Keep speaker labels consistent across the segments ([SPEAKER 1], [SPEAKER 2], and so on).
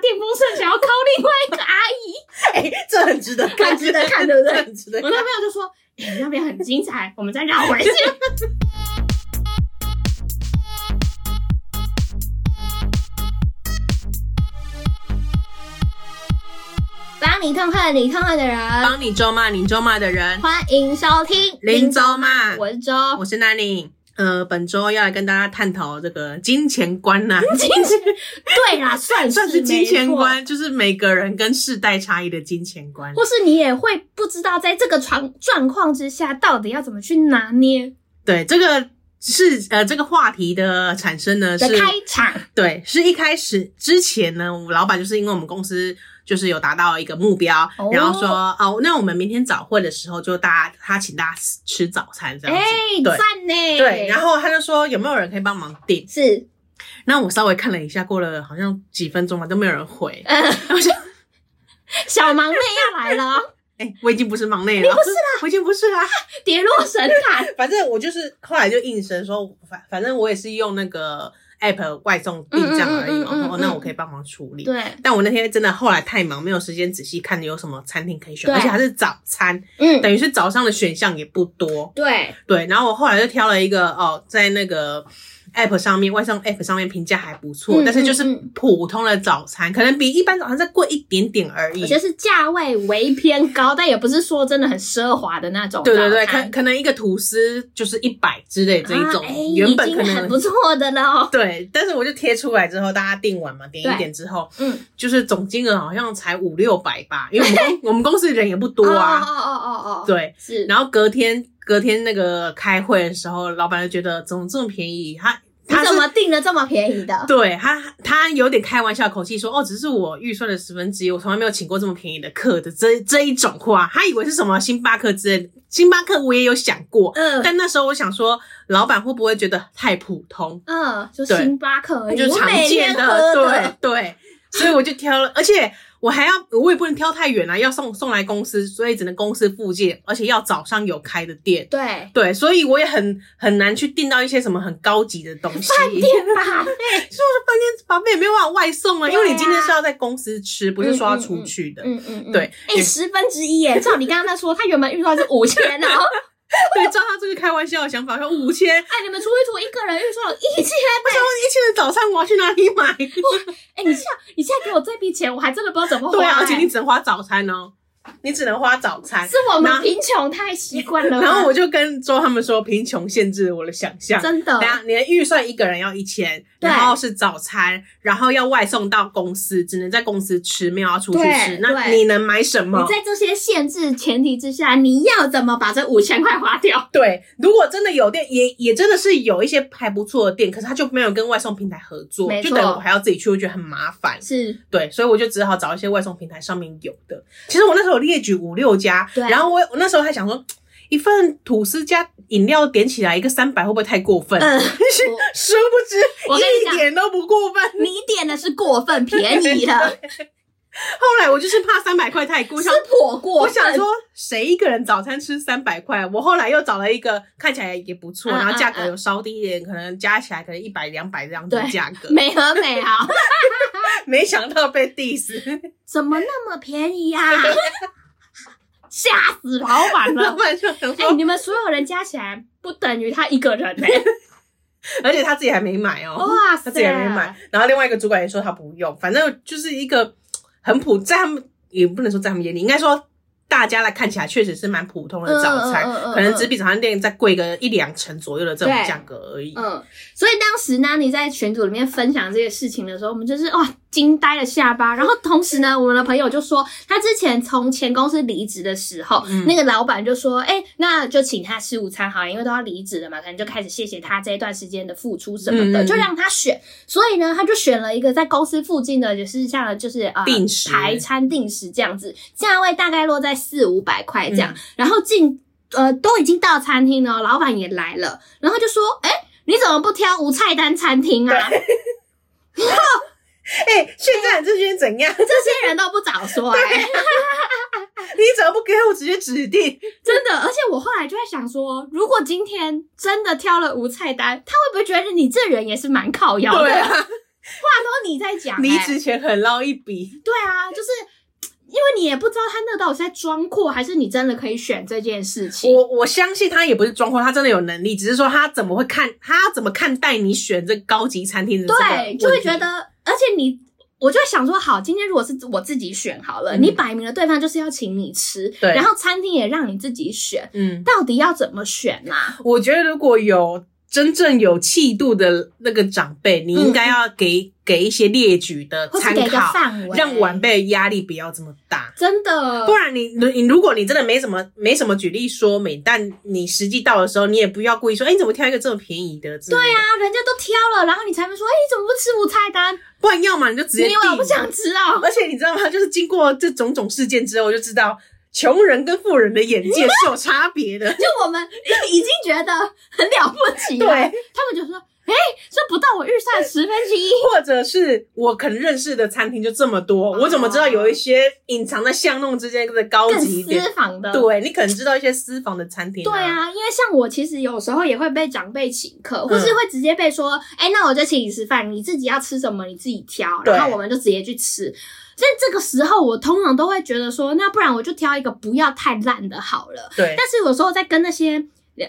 [SPEAKER 1] 电风扇想要靠另外一个阿姨。
[SPEAKER 2] 哎， 这很值得看，
[SPEAKER 1] 很值得 看对不对
[SPEAKER 2] 这很值得
[SPEAKER 1] 我
[SPEAKER 2] 看。
[SPEAKER 1] 男朋友就说：“哎、那边很精 彩，我们再绕回去。”帮你痛恨你痛恨的人，
[SPEAKER 2] 帮你咒骂你咒骂的人，
[SPEAKER 1] 欢迎收听
[SPEAKER 2] 林州骂，
[SPEAKER 1] 我是周，
[SPEAKER 2] 我是南宁。呃，本周要来跟大家探讨这个金钱观呐、
[SPEAKER 1] 金钱对啦，算
[SPEAKER 2] 算是
[SPEAKER 1] 是
[SPEAKER 2] 金钱
[SPEAKER 1] 没错
[SPEAKER 2] 观，就是每个人跟世代差异的金钱观。
[SPEAKER 1] 或是你也会不知道，在这个状状况之下，到底要怎么去拿捏
[SPEAKER 2] 对，这个是呃，这个话题的产生呢
[SPEAKER 1] 的
[SPEAKER 2] 是
[SPEAKER 1] 开场。
[SPEAKER 2] 对，是一开始之前呢，我们老板就是因为我们公司就是有达到一个目标，
[SPEAKER 1] 哦
[SPEAKER 2] 然后说哦，那我们明天早会的时候就大家他请大家吃吃早餐这
[SPEAKER 1] 哎
[SPEAKER 2] 样子，，
[SPEAKER 1] 赞
[SPEAKER 2] 对
[SPEAKER 1] 呢！
[SPEAKER 2] 对，然后他就说有没有人可以帮忙订？
[SPEAKER 1] 是，
[SPEAKER 2] 那我稍微看了一下，过了好像几分钟吧，都没有人回。
[SPEAKER 1] 嗯，小忙内要来了，
[SPEAKER 2] 哎、我已经不是忙内了，不是啦， 我已经不是啦。
[SPEAKER 1] 跌落神坛。
[SPEAKER 2] 反正我就是后来就应声说，反反正我也是用那个 app 外送订这样而已
[SPEAKER 1] 嗯嗯嗯
[SPEAKER 2] 嘛。
[SPEAKER 1] 嗯嗯
[SPEAKER 2] 哦，那我可以帮忙处理。
[SPEAKER 1] 对，
[SPEAKER 2] 但我那天真的后来太忙，没有时间仔细看有什么餐厅可以选，
[SPEAKER 1] 对
[SPEAKER 2] 而且还是早餐，
[SPEAKER 1] 嗯，
[SPEAKER 2] 等于是早上的选项也不多。
[SPEAKER 1] 对，
[SPEAKER 2] 对，然后我后来就挑了一个哦，在那个 app 上面，外送 app 上面评价还不错，
[SPEAKER 1] 嗯
[SPEAKER 2] 但是就是
[SPEAKER 1] 嗯嗯
[SPEAKER 2] 普通的早餐，可能比一般早餐再贵一点点而已
[SPEAKER 1] 而。且是价位为偏高，但也不是说真的很奢华的那种早
[SPEAKER 2] 对
[SPEAKER 1] 餐。
[SPEAKER 2] 对对，可可能一个吐司就是一百之类这一种，
[SPEAKER 1] 啊哎
[SPEAKER 2] 原本
[SPEAKER 1] 已
[SPEAKER 2] 可
[SPEAKER 1] 经很不
[SPEAKER 2] 能。
[SPEAKER 1] 错的了。
[SPEAKER 2] 对，但是我就贴出来之后，大家订完嘛，点
[SPEAKER 1] 对
[SPEAKER 2] 一点之后，
[SPEAKER 1] 嗯，
[SPEAKER 2] 就是总金额好像才五六百吧，因为 我们公我们公司人也不多啊，
[SPEAKER 1] 哦哦哦哦哦，，
[SPEAKER 2] 对，
[SPEAKER 1] 是，
[SPEAKER 2] 然后隔天隔天那个开会的时候，老板就觉得怎么这么便宜？他
[SPEAKER 1] 你
[SPEAKER 2] 他
[SPEAKER 1] 怎
[SPEAKER 2] 是
[SPEAKER 1] 么定的这么便宜 的？
[SPEAKER 2] 对他他有点开玩笑的口气说哦，只是我预算的十分之一，我从来没有请过这么便宜的客的这这一种话，他以为是什么星巴克之类的。星巴克我也有想过，
[SPEAKER 1] 嗯
[SPEAKER 2] 呃但那时候我想说，老板会不会觉得太普通？
[SPEAKER 1] 嗯，就
[SPEAKER 2] 对
[SPEAKER 1] 星巴克而已，
[SPEAKER 2] 就
[SPEAKER 1] 我
[SPEAKER 2] 常
[SPEAKER 1] 每天
[SPEAKER 2] 见
[SPEAKER 1] 喝
[SPEAKER 2] 对对，所以我就挑了，而且我还要，我也不能挑太远啊，要送送来公司，所以只能公司附近，而且要早上有开的店。
[SPEAKER 1] 对，
[SPEAKER 2] 对，所以我也很很难去订到一些什么很高级的东西。
[SPEAKER 1] 饭店吧，对
[SPEAKER 2] 所以我说饭店把妹也没有办法外送啊，
[SPEAKER 1] 对啊
[SPEAKER 2] 因为你今天是要在公司吃，不是说要出去的。
[SPEAKER 1] 嗯嗯嗯，
[SPEAKER 2] 对
[SPEAKER 1] 哎，十分之一耶！照你刚刚那说，他原本预算是五千哦，
[SPEAKER 2] 对，照他这个开玩笑的想法，说五千，
[SPEAKER 1] 哎，你们除一除，一个人预算有一 千
[SPEAKER 2] 那我一千的早餐我要去哪里买？
[SPEAKER 1] 哎、你现在你现在给我这笔钱，我还真的不知道怎么花、
[SPEAKER 2] 对啊，而且你
[SPEAKER 1] 哎
[SPEAKER 2] 只能花早餐哦，你只能花早餐
[SPEAKER 1] 是。我
[SPEAKER 2] 然
[SPEAKER 1] 们
[SPEAKER 2] 后
[SPEAKER 1] 贫穷太习惯了吧。
[SPEAKER 2] 然后我就跟周他们说，贫穷限制了我的想象。
[SPEAKER 1] 真的
[SPEAKER 2] 等一下，你的预算一个人要一千，
[SPEAKER 1] 对
[SPEAKER 2] 然后是早餐，然后要外送到公司，只能在公司吃，没有要出去
[SPEAKER 1] 对
[SPEAKER 2] 吃。那
[SPEAKER 1] 对
[SPEAKER 2] 你能买什么
[SPEAKER 1] 你？在这些限制前提之下，你要怎么把这五千块花掉？
[SPEAKER 2] 对，如果真的有店，也也真的是有一些还不错的店，可是他就没有跟外送平台合作
[SPEAKER 1] 没，
[SPEAKER 2] 就
[SPEAKER 1] 错
[SPEAKER 2] 等我还要自己去，我觉得很麻烦。
[SPEAKER 1] 是
[SPEAKER 2] 对，所以我就只好找一些外送平台上面有的。其实我那时候有列举五六家，
[SPEAKER 1] 对
[SPEAKER 2] 然后我我那时候还想说，一份吐司加饮料点起来一个三百会不会太过分？
[SPEAKER 1] 嗯
[SPEAKER 2] 殊不
[SPEAKER 1] 我跟
[SPEAKER 2] 知
[SPEAKER 1] 你讲
[SPEAKER 2] 一点都不过分。
[SPEAKER 1] 你点的是过分便宜了，
[SPEAKER 2] 后来我就是怕三百块太 贵，我
[SPEAKER 1] 是
[SPEAKER 2] 想
[SPEAKER 1] 颇过
[SPEAKER 2] 我
[SPEAKER 1] 分。
[SPEAKER 2] 想说，谁一个人早餐吃三百块？我后来又找了一个看起来也不错，
[SPEAKER 1] 嗯
[SPEAKER 2] 然后价格有稍低一点，可能加起来可能一百两百这样子的
[SPEAKER 1] 对
[SPEAKER 2] 价格。
[SPEAKER 1] 美和美好，
[SPEAKER 2] 没想到被 diss，
[SPEAKER 1] 怎么那么便宜 呀、啊？吓死老板
[SPEAKER 2] 老
[SPEAKER 1] 了！
[SPEAKER 2] 板就想
[SPEAKER 1] 哎、
[SPEAKER 2] 说，
[SPEAKER 1] 你们所有人加起来不等于他一个人呢、
[SPEAKER 2] 而且他自己还没买 哦，
[SPEAKER 1] 哇
[SPEAKER 2] 他
[SPEAKER 1] 塞，
[SPEAKER 2] 自己还没
[SPEAKER 1] 啊
[SPEAKER 2] 买。然后另外一个主管也说他不用，反正就是一个很普，在他们也不能说在他们眼里，应该说。大家来看起来确实是蛮普通的早餐，
[SPEAKER 1] 嗯嗯嗯嗯嗯
[SPEAKER 2] 可能只比早餐店再贵个一两成左右的这种
[SPEAKER 1] 对
[SPEAKER 2] 价格而已。
[SPEAKER 1] 嗯，所以当时呢，你在群组里面分享这个事情的时候，我们就是哇惊呆了下巴。然后同时呢，我们的朋友就说，他之前从前公司离职的时候，那个老板就说，哎、那就请他吃午餐好了，因为都要离职了嘛，可能就开始谢谢他这一段时间的付出什么的，
[SPEAKER 2] 嗯嗯嗯
[SPEAKER 1] 就让他选。所以呢，他就选了一个在公司附近的，就是像就是啊、呃、
[SPEAKER 2] 定时
[SPEAKER 1] 排餐定时这样子，价位大概落在四五百块这样。
[SPEAKER 2] 嗯
[SPEAKER 1] 然后进呃都已经到餐厅了，老板也来了，然后就说：“哎、你怎么不挑无菜单餐厅啊？
[SPEAKER 2] 哎、现在你这些人怎样？
[SPEAKER 1] 这些人都不早说、哎，
[SPEAKER 2] 你怎么不给我直接指定？
[SPEAKER 1] 真的。而且我后来就在想说，如果今天真的挑了无菜单，他会不会觉得你这人也是蛮靠腰的？
[SPEAKER 2] 对啊，
[SPEAKER 1] 都你在讲、欸，
[SPEAKER 2] 离职前很捞一笔，
[SPEAKER 1] 对啊，就是因为你也不知道他那到底是在装阔，还是你真的可以选这件事情。
[SPEAKER 2] 我我相信他也不是装阔，他真的有能力，只是说他怎么会看，他怎么看待你选这高级餐厅的这个
[SPEAKER 1] 对，就会
[SPEAKER 2] 问题
[SPEAKER 1] 觉得，而且你，我就会想说，好，今天如果是我自己选好了，
[SPEAKER 2] 嗯
[SPEAKER 1] 你摆明了对方就是要请你吃，
[SPEAKER 2] 对
[SPEAKER 1] 然后餐厅也让你自己选，
[SPEAKER 2] 嗯，
[SPEAKER 1] 到底要怎么选呐、啊？
[SPEAKER 2] 我觉得如果有真正有气度的那个长辈，你应该要给、给一些列举的
[SPEAKER 1] 嗯或是
[SPEAKER 2] 参
[SPEAKER 1] 给一个
[SPEAKER 2] 考，
[SPEAKER 1] 范围，
[SPEAKER 2] 让晚辈压力不要这么大。
[SPEAKER 1] 真的
[SPEAKER 2] 不然你你你如果你真的没什么没什么举例说明，但你实际到的时候，你也不要故意说，哎、你怎么挑一个这么便宜的？对呀、
[SPEAKER 1] 啊，人家都挑了，然后你才会说，哎、你怎么不吃我菜单？
[SPEAKER 2] 不然要么你就直接
[SPEAKER 1] 你以为我
[SPEAKER 2] 定。
[SPEAKER 1] 不想吃啊？。
[SPEAKER 2] 而且你知道吗？就是经过这种种事件之后，我就知道穷人跟富人的眼界是有差别的
[SPEAKER 1] 就我们已经觉得很了不起了，
[SPEAKER 2] 对，
[SPEAKER 1] 他们就说，哎、这不到我预算十分之一，
[SPEAKER 2] 或者是我可能认识的餐厅就这么多，我怎么知道有一些隐藏在巷弄之间的高
[SPEAKER 1] 更
[SPEAKER 2] 级一点
[SPEAKER 1] 私？房的，
[SPEAKER 2] 对啊你可能知道一些私房的餐厅、
[SPEAKER 1] 对
[SPEAKER 2] 啊，
[SPEAKER 1] 啊，因为像我其实有时候也会被长辈请
[SPEAKER 2] 嗯
[SPEAKER 1] 客，或是会直接被说，哎、那我就请你吃饭，你自己要吃什么你自己挑，
[SPEAKER 2] 对
[SPEAKER 1] 然后我们就直接去吃。所以这个时候，我通常都会觉得说，那不然我就挑一个不要太烂的好了。
[SPEAKER 2] 对
[SPEAKER 1] 但是有时候在跟那些。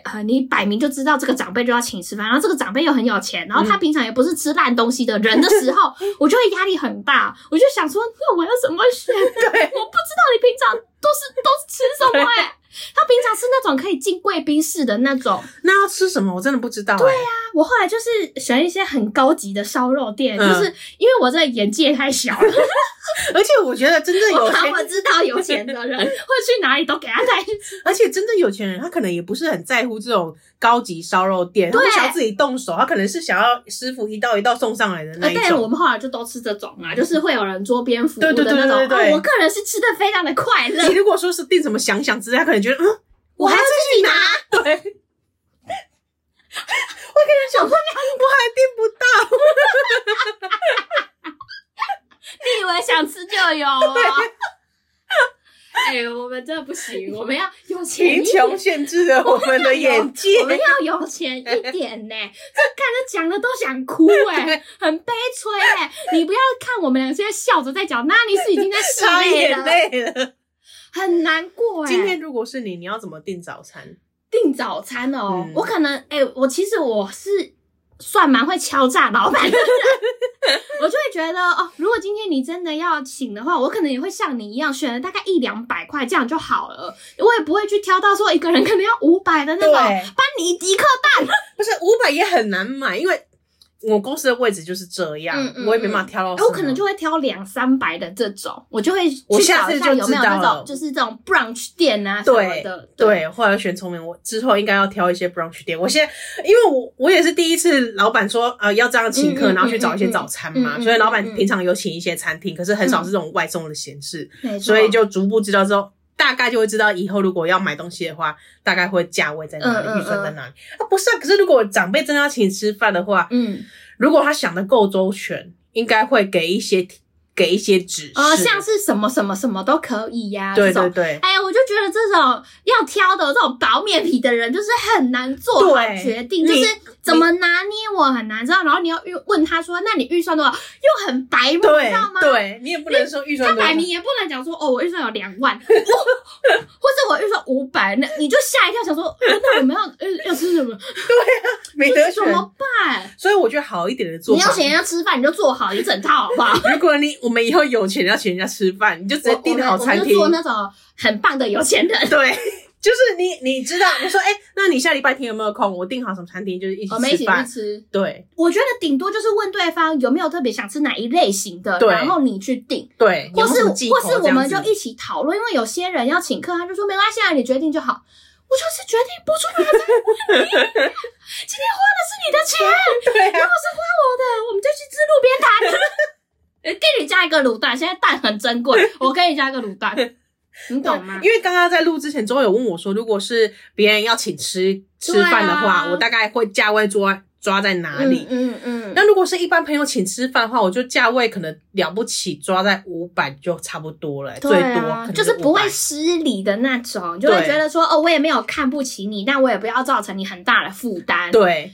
[SPEAKER 1] 呃，你摆明就知道这个长辈就要请吃饭，然后这个长辈又很有钱，然后
[SPEAKER 2] 嗯
[SPEAKER 1] 他平常也不是吃烂东西的人的时 候，我就会压力很大，我就想说，那我要怎么选？
[SPEAKER 2] 对
[SPEAKER 1] 我不知道你平常都是 都是吃什么哎、他平常是那种可以进贵宾室的那种。
[SPEAKER 2] 那要吃什么我真的不知道、欸对呀、啊
[SPEAKER 1] 我后来就是选一些很高级的烧肉店，就
[SPEAKER 2] 嗯
[SPEAKER 1] 是因为我这眼界太小 了，
[SPEAKER 2] 而且我觉得真正有
[SPEAKER 1] 我哪，
[SPEAKER 2] 钱
[SPEAKER 1] 会知道有钱的 人会去哪里都给他带去吃。
[SPEAKER 2] 而且真正有钱人他可能也不是很在乎这种高级烧肉店，他
[SPEAKER 1] 对
[SPEAKER 2] 不想要自己动手，他可能是想要师傅一道一道送上来的那
[SPEAKER 1] 呃，
[SPEAKER 2] 一
[SPEAKER 1] 对，我
[SPEAKER 2] 种。
[SPEAKER 1] 们后来就都吃这种啊，就是会有人桌边服务的
[SPEAKER 2] 对
[SPEAKER 1] 那种。
[SPEAKER 2] 对对对对对
[SPEAKER 1] 哦我个人是吃的非常的快乐
[SPEAKER 2] 你，如果说是订什么想想之类，他可能觉得嗯，
[SPEAKER 1] 我还
[SPEAKER 2] 还
[SPEAKER 1] 要
[SPEAKER 2] 要
[SPEAKER 1] 自己拿。
[SPEAKER 2] 对，我可能想说，我还订不到。
[SPEAKER 1] 你以 为想吃就有哦？ 哎、我们真的不行，我们要有钱一
[SPEAKER 2] 贫
[SPEAKER 1] 点。
[SPEAKER 2] 穷限制了我们的眼界。
[SPEAKER 1] 我们要有钱一点呢、 这看着讲的都想哭哎、
[SPEAKER 2] 对
[SPEAKER 1] 很悲催哎、你不要看我们两个现在笑着在讲，那你是已 经在
[SPEAKER 2] 擦
[SPEAKER 1] 拭泪
[SPEAKER 2] 眼
[SPEAKER 1] 了，
[SPEAKER 2] 泪了。
[SPEAKER 1] 很难过哎、
[SPEAKER 2] 今天如果是你，你要怎么订早餐？
[SPEAKER 1] 订早餐哦、
[SPEAKER 2] 嗯
[SPEAKER 1] 我可能哎、我其实我是算蛮会敲诈老板的人， 我就会觉得哦，如果今天你真的要请的话，我可能也会像你一样选了大概一两百块这样就好了，我也不会去挑到说一个人可能要五百的那种
[SPEAKER 2] 对
[SPEAKER 1] 班尼迪克
[SPEAKER 2] 不是五百也很难买，因为我公司的位置就是这样，
[SPEAKER 1] 嗯嗯
[SPEAKER 2] 我也没办法挑到什
[SPEAKER 1] 哎，
[SPEAKER 2] 么。
[SPEAKER 1] 我可能就会挑两三百的这种，我就会去
[SPEAKER 2] 哦我
[SPEAKER 1] 找
[SPEAKER 2] 下
[SPEAKER 1] 一
[SPEAKER 2] 次
[SPEAKER 1] 下
[SPEAKER 2] 就
[SPEAKER 1] 有没有
[SPEAKER 2] 知
[SPEAKER 1] 那
[SPEAKER 2] 道
[SPEAKER 1] 种
[SPEAKER 2] 了
[SPEAKER 1] 就是这种 brunch 店啊什
[SPEAKER 2] 对
[SPEAKER 1] 么的。
[SPEAKER 2] 对，后来选聪明，我之后应该要挑一些 brunch 店。我现在因为我我也是第一次，老板说呃要这样请客，
[SPEAKER 1] 嗯嗯
[SPEAKER 2] 然后去找
[SPEAKER 1] 嗯
[SPEAKER 2] 一些
[SPEAKER 1] 嗯
[SPEAKER 2] 早餐嘛，
[SPEAKER 1] 嗯嗯
[SPEAKER 2] 所以老板
[SPEAKER 1] 嗯嗯
[SPEAKER 2] 平常有请一些餐厅，可是很少是这种外送的形式，
[SPEAKER 1] 没错，
[SPEAKER 2] 所以就逐步知道之后。大概就会知道以后如果要买东西的话，大概会价位在哪里，
[SPEAKER 1] 嗯嗯
[SPEAKER 2] 预算在
[SPEAKER 1] 嗯
[SPEAKER 2] 哪里啊？不是啊，可是如果长辈真的要请你吃饭的话，
[SPEAKER 1] 嗯
[SPEAKER 2] 如果他想的够周全，应该会给一些给一些指示，
[SPEAKER 1] 呃，像是什么什么什么都可以呀、
[SPEAKER 2] 对
[SPEAKER 1] 这
[SPEAKER 2] 对
[SPEAKER 1] 种。
[SPEAKER 2] 对
[SPEAKER 1] 哎，我就觉得这种要挑的这种薄面皮的人，就是很难做好
[SPEAKER 2] 对
[SPEAKER 1] 决定，就
[SPEAKER 2] 你
[SPEAKER 1] 是怎么拿捏我很难知道。然后你要预问他说，那你预算多少？又很白目，你
[SPEAKER 2] 对
[SPEAKER 1] 知道吗？
[SPEAKER 2] 对，你也不能说预算
[SPEAKER 1] 他
[SPEAKER 2] 多少
[SPEAKER 1] 摆，明也不能讲说哦，我预算有两万， 我或者我预算五百，那你就吓一跳，想说、呃那我们要呃 要吃什么？
[SPEAKER 2] 没得选
[SPEAKER 1] 怎。么办？
[SPEAKER 2] 所以我觉得好一点的做
[SPEAKER 1] 你
[SPEAKER 2] 法
[SPEAKER 1] 要，请人家吃饭，你就做好一整套，好不好？
[SPEAKER 2] 如果你我们以后有钱要请人家吃饭，你就直接
[SPEAKER 1] 我我
[SPEAKER 2] 订
[SPEAKER 1] 们
[SPEAKER 2] 好
[SPEAKER 1] 我们
[SPEAKER 2] 餐
[SPEAKER 1] 就
[SPEAKER 2] 厅，
[SPEAKER 1] 做那种很棒的有钱人，
[SPEAKER 2] 对。 就是你，你知道，你说，哎、那你下礼拜天有没有空？我订好什么餐厅，就是一
[SPEAKER 1] 我们一
[SPEAKER 2] 起
[SPEAKER 1] 起
[SPEAKER 2] 吃
[SPEAKER 1] 去
[SPEAKER 2] 饭。
[SPEAKER 1] 吃。
[SPEAKER 2] 对
[SPEAKER 1] 我觉得顶多就是问对方有没有特别想吃哪一类型的，
[SPEAKER 2] 对
[SPEAKER 1] 然后你去定。
[SPEAKER 2] 对，
[SPEAKER 1] 或
[SPEAKER 2] 有没有
[SPEAKER 1] 是
[SPEAKER 2] 什么忌口
[SPEAKER 1] 或是我们
[SPEAKER 2] 这
[SPEAKER 1] 就
[SPEAKER 2] 样子
[SPEAKER 1] 一起讨论，因为有些人要请客，他就说没关系啊，你决定就好。我就是决定不出来的，啊 今天花的是你的钱，
[SPEAKER 2] 对
[SPEAKER 1] 如
[SPEAKER 2] 啊
[SPEAKER 1] 果，是花我的，我们就去吃路边摊。 呃给你加一个卤蛋，现在蛋很珍贵，我给你加一个卤蛋，你懂吗？
[SPEAKER 2] 因为刚刚在录之前，周有问我说，如果是别人要请吃吃饭的话，
[SPEAKER 1] 对啊
[SPEAKER 2] 我大概会价位抓抓在哪里？
[SPEAKER 1] 嗯嗯嗯，
[SPEAKER 2] 那如果是一般朋友请吃饭的话，我就价位可能了不起抓在五百就差不多了、最
[SPEAKER 1] 对
[SPEAKER 2] 多
[SPEAKER 1] 啊
[SPEAKER 2] 可能
[SPEAKER 1] 就是不会
[SPEAKER 2] 500
[SPEAKER 1] 失礼的那种，就会
[SPEAKER 2] 对
[SPEAKER 1] 觉得说哦，我也没有看不起你，但我也不要造成你很大的负担。
[SPEAKER 2] 对。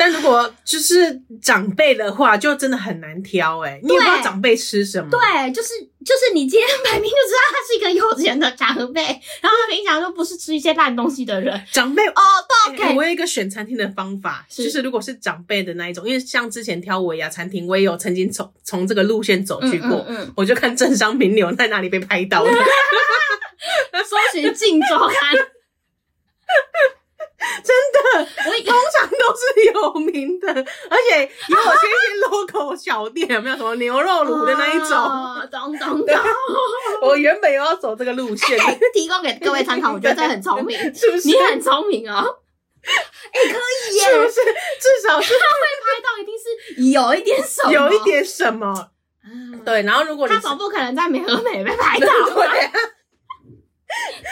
[SPEAKER 2] 但如果就是长辈的话，就真的很难挑哎、你也不知道长辈吃什么。
[SPEAKER 1] 对，就是就是你今天摆明就知道他是一个有钱的长辈，然后他平常都不是吃一些烂东西 的人。
[SPEAKER 2] 长辈
[SPEAKER 1] 哦，都
[SPEAKER 2] 欸
[SPEAKER 1] OK，
[SPEAKER 2] 我有一个选餐厅的方法，
[SPEAKER 1] 是
[SPEAKER 2] 就是如果是长辈的那一种，因为像之前挑维亚餐厅，我也有曾经从从这个路线走去过，
[SPEAKER 1] 嗯嗯嗯
[SPEAKER 2] 我就看政商名流在哪里被拍到 的，
[SPEAKER 1] 搜寻晋州刊，
[SPEAKER 2] 真的
[SPEAKER 1] 我有
[SPEAKER 2] 通常都是有名的，而且 有些一些 local 小店，有没有什么牛肉卤的 那一种？
[SPEAKER 1] 哦懂懂懂，
[SPEAKER 2] 我原本有要走这个路线，
[SPEAKER 1] 哎提供给各位参考，我觉得这很聪明，
[SPEAKER 2] 是不是？
[SPEAKER 1] 你很聪明哦。哎、可以耶！
[SPEAKER 2] 是不是至少是
[SPEAKER 1] 拍到一定是有一点手，
[SPEAKER 2] 有一点什么？
[SPEAKER 1] 嗯，
[SPEAKER 2] 对，然后如果你
[SPEAKER 1] 他
[SPEAKER 2] 是
[SPEAKER 1] 总不可能在美和美被拍到吧
[SPEAKER 2] 对啊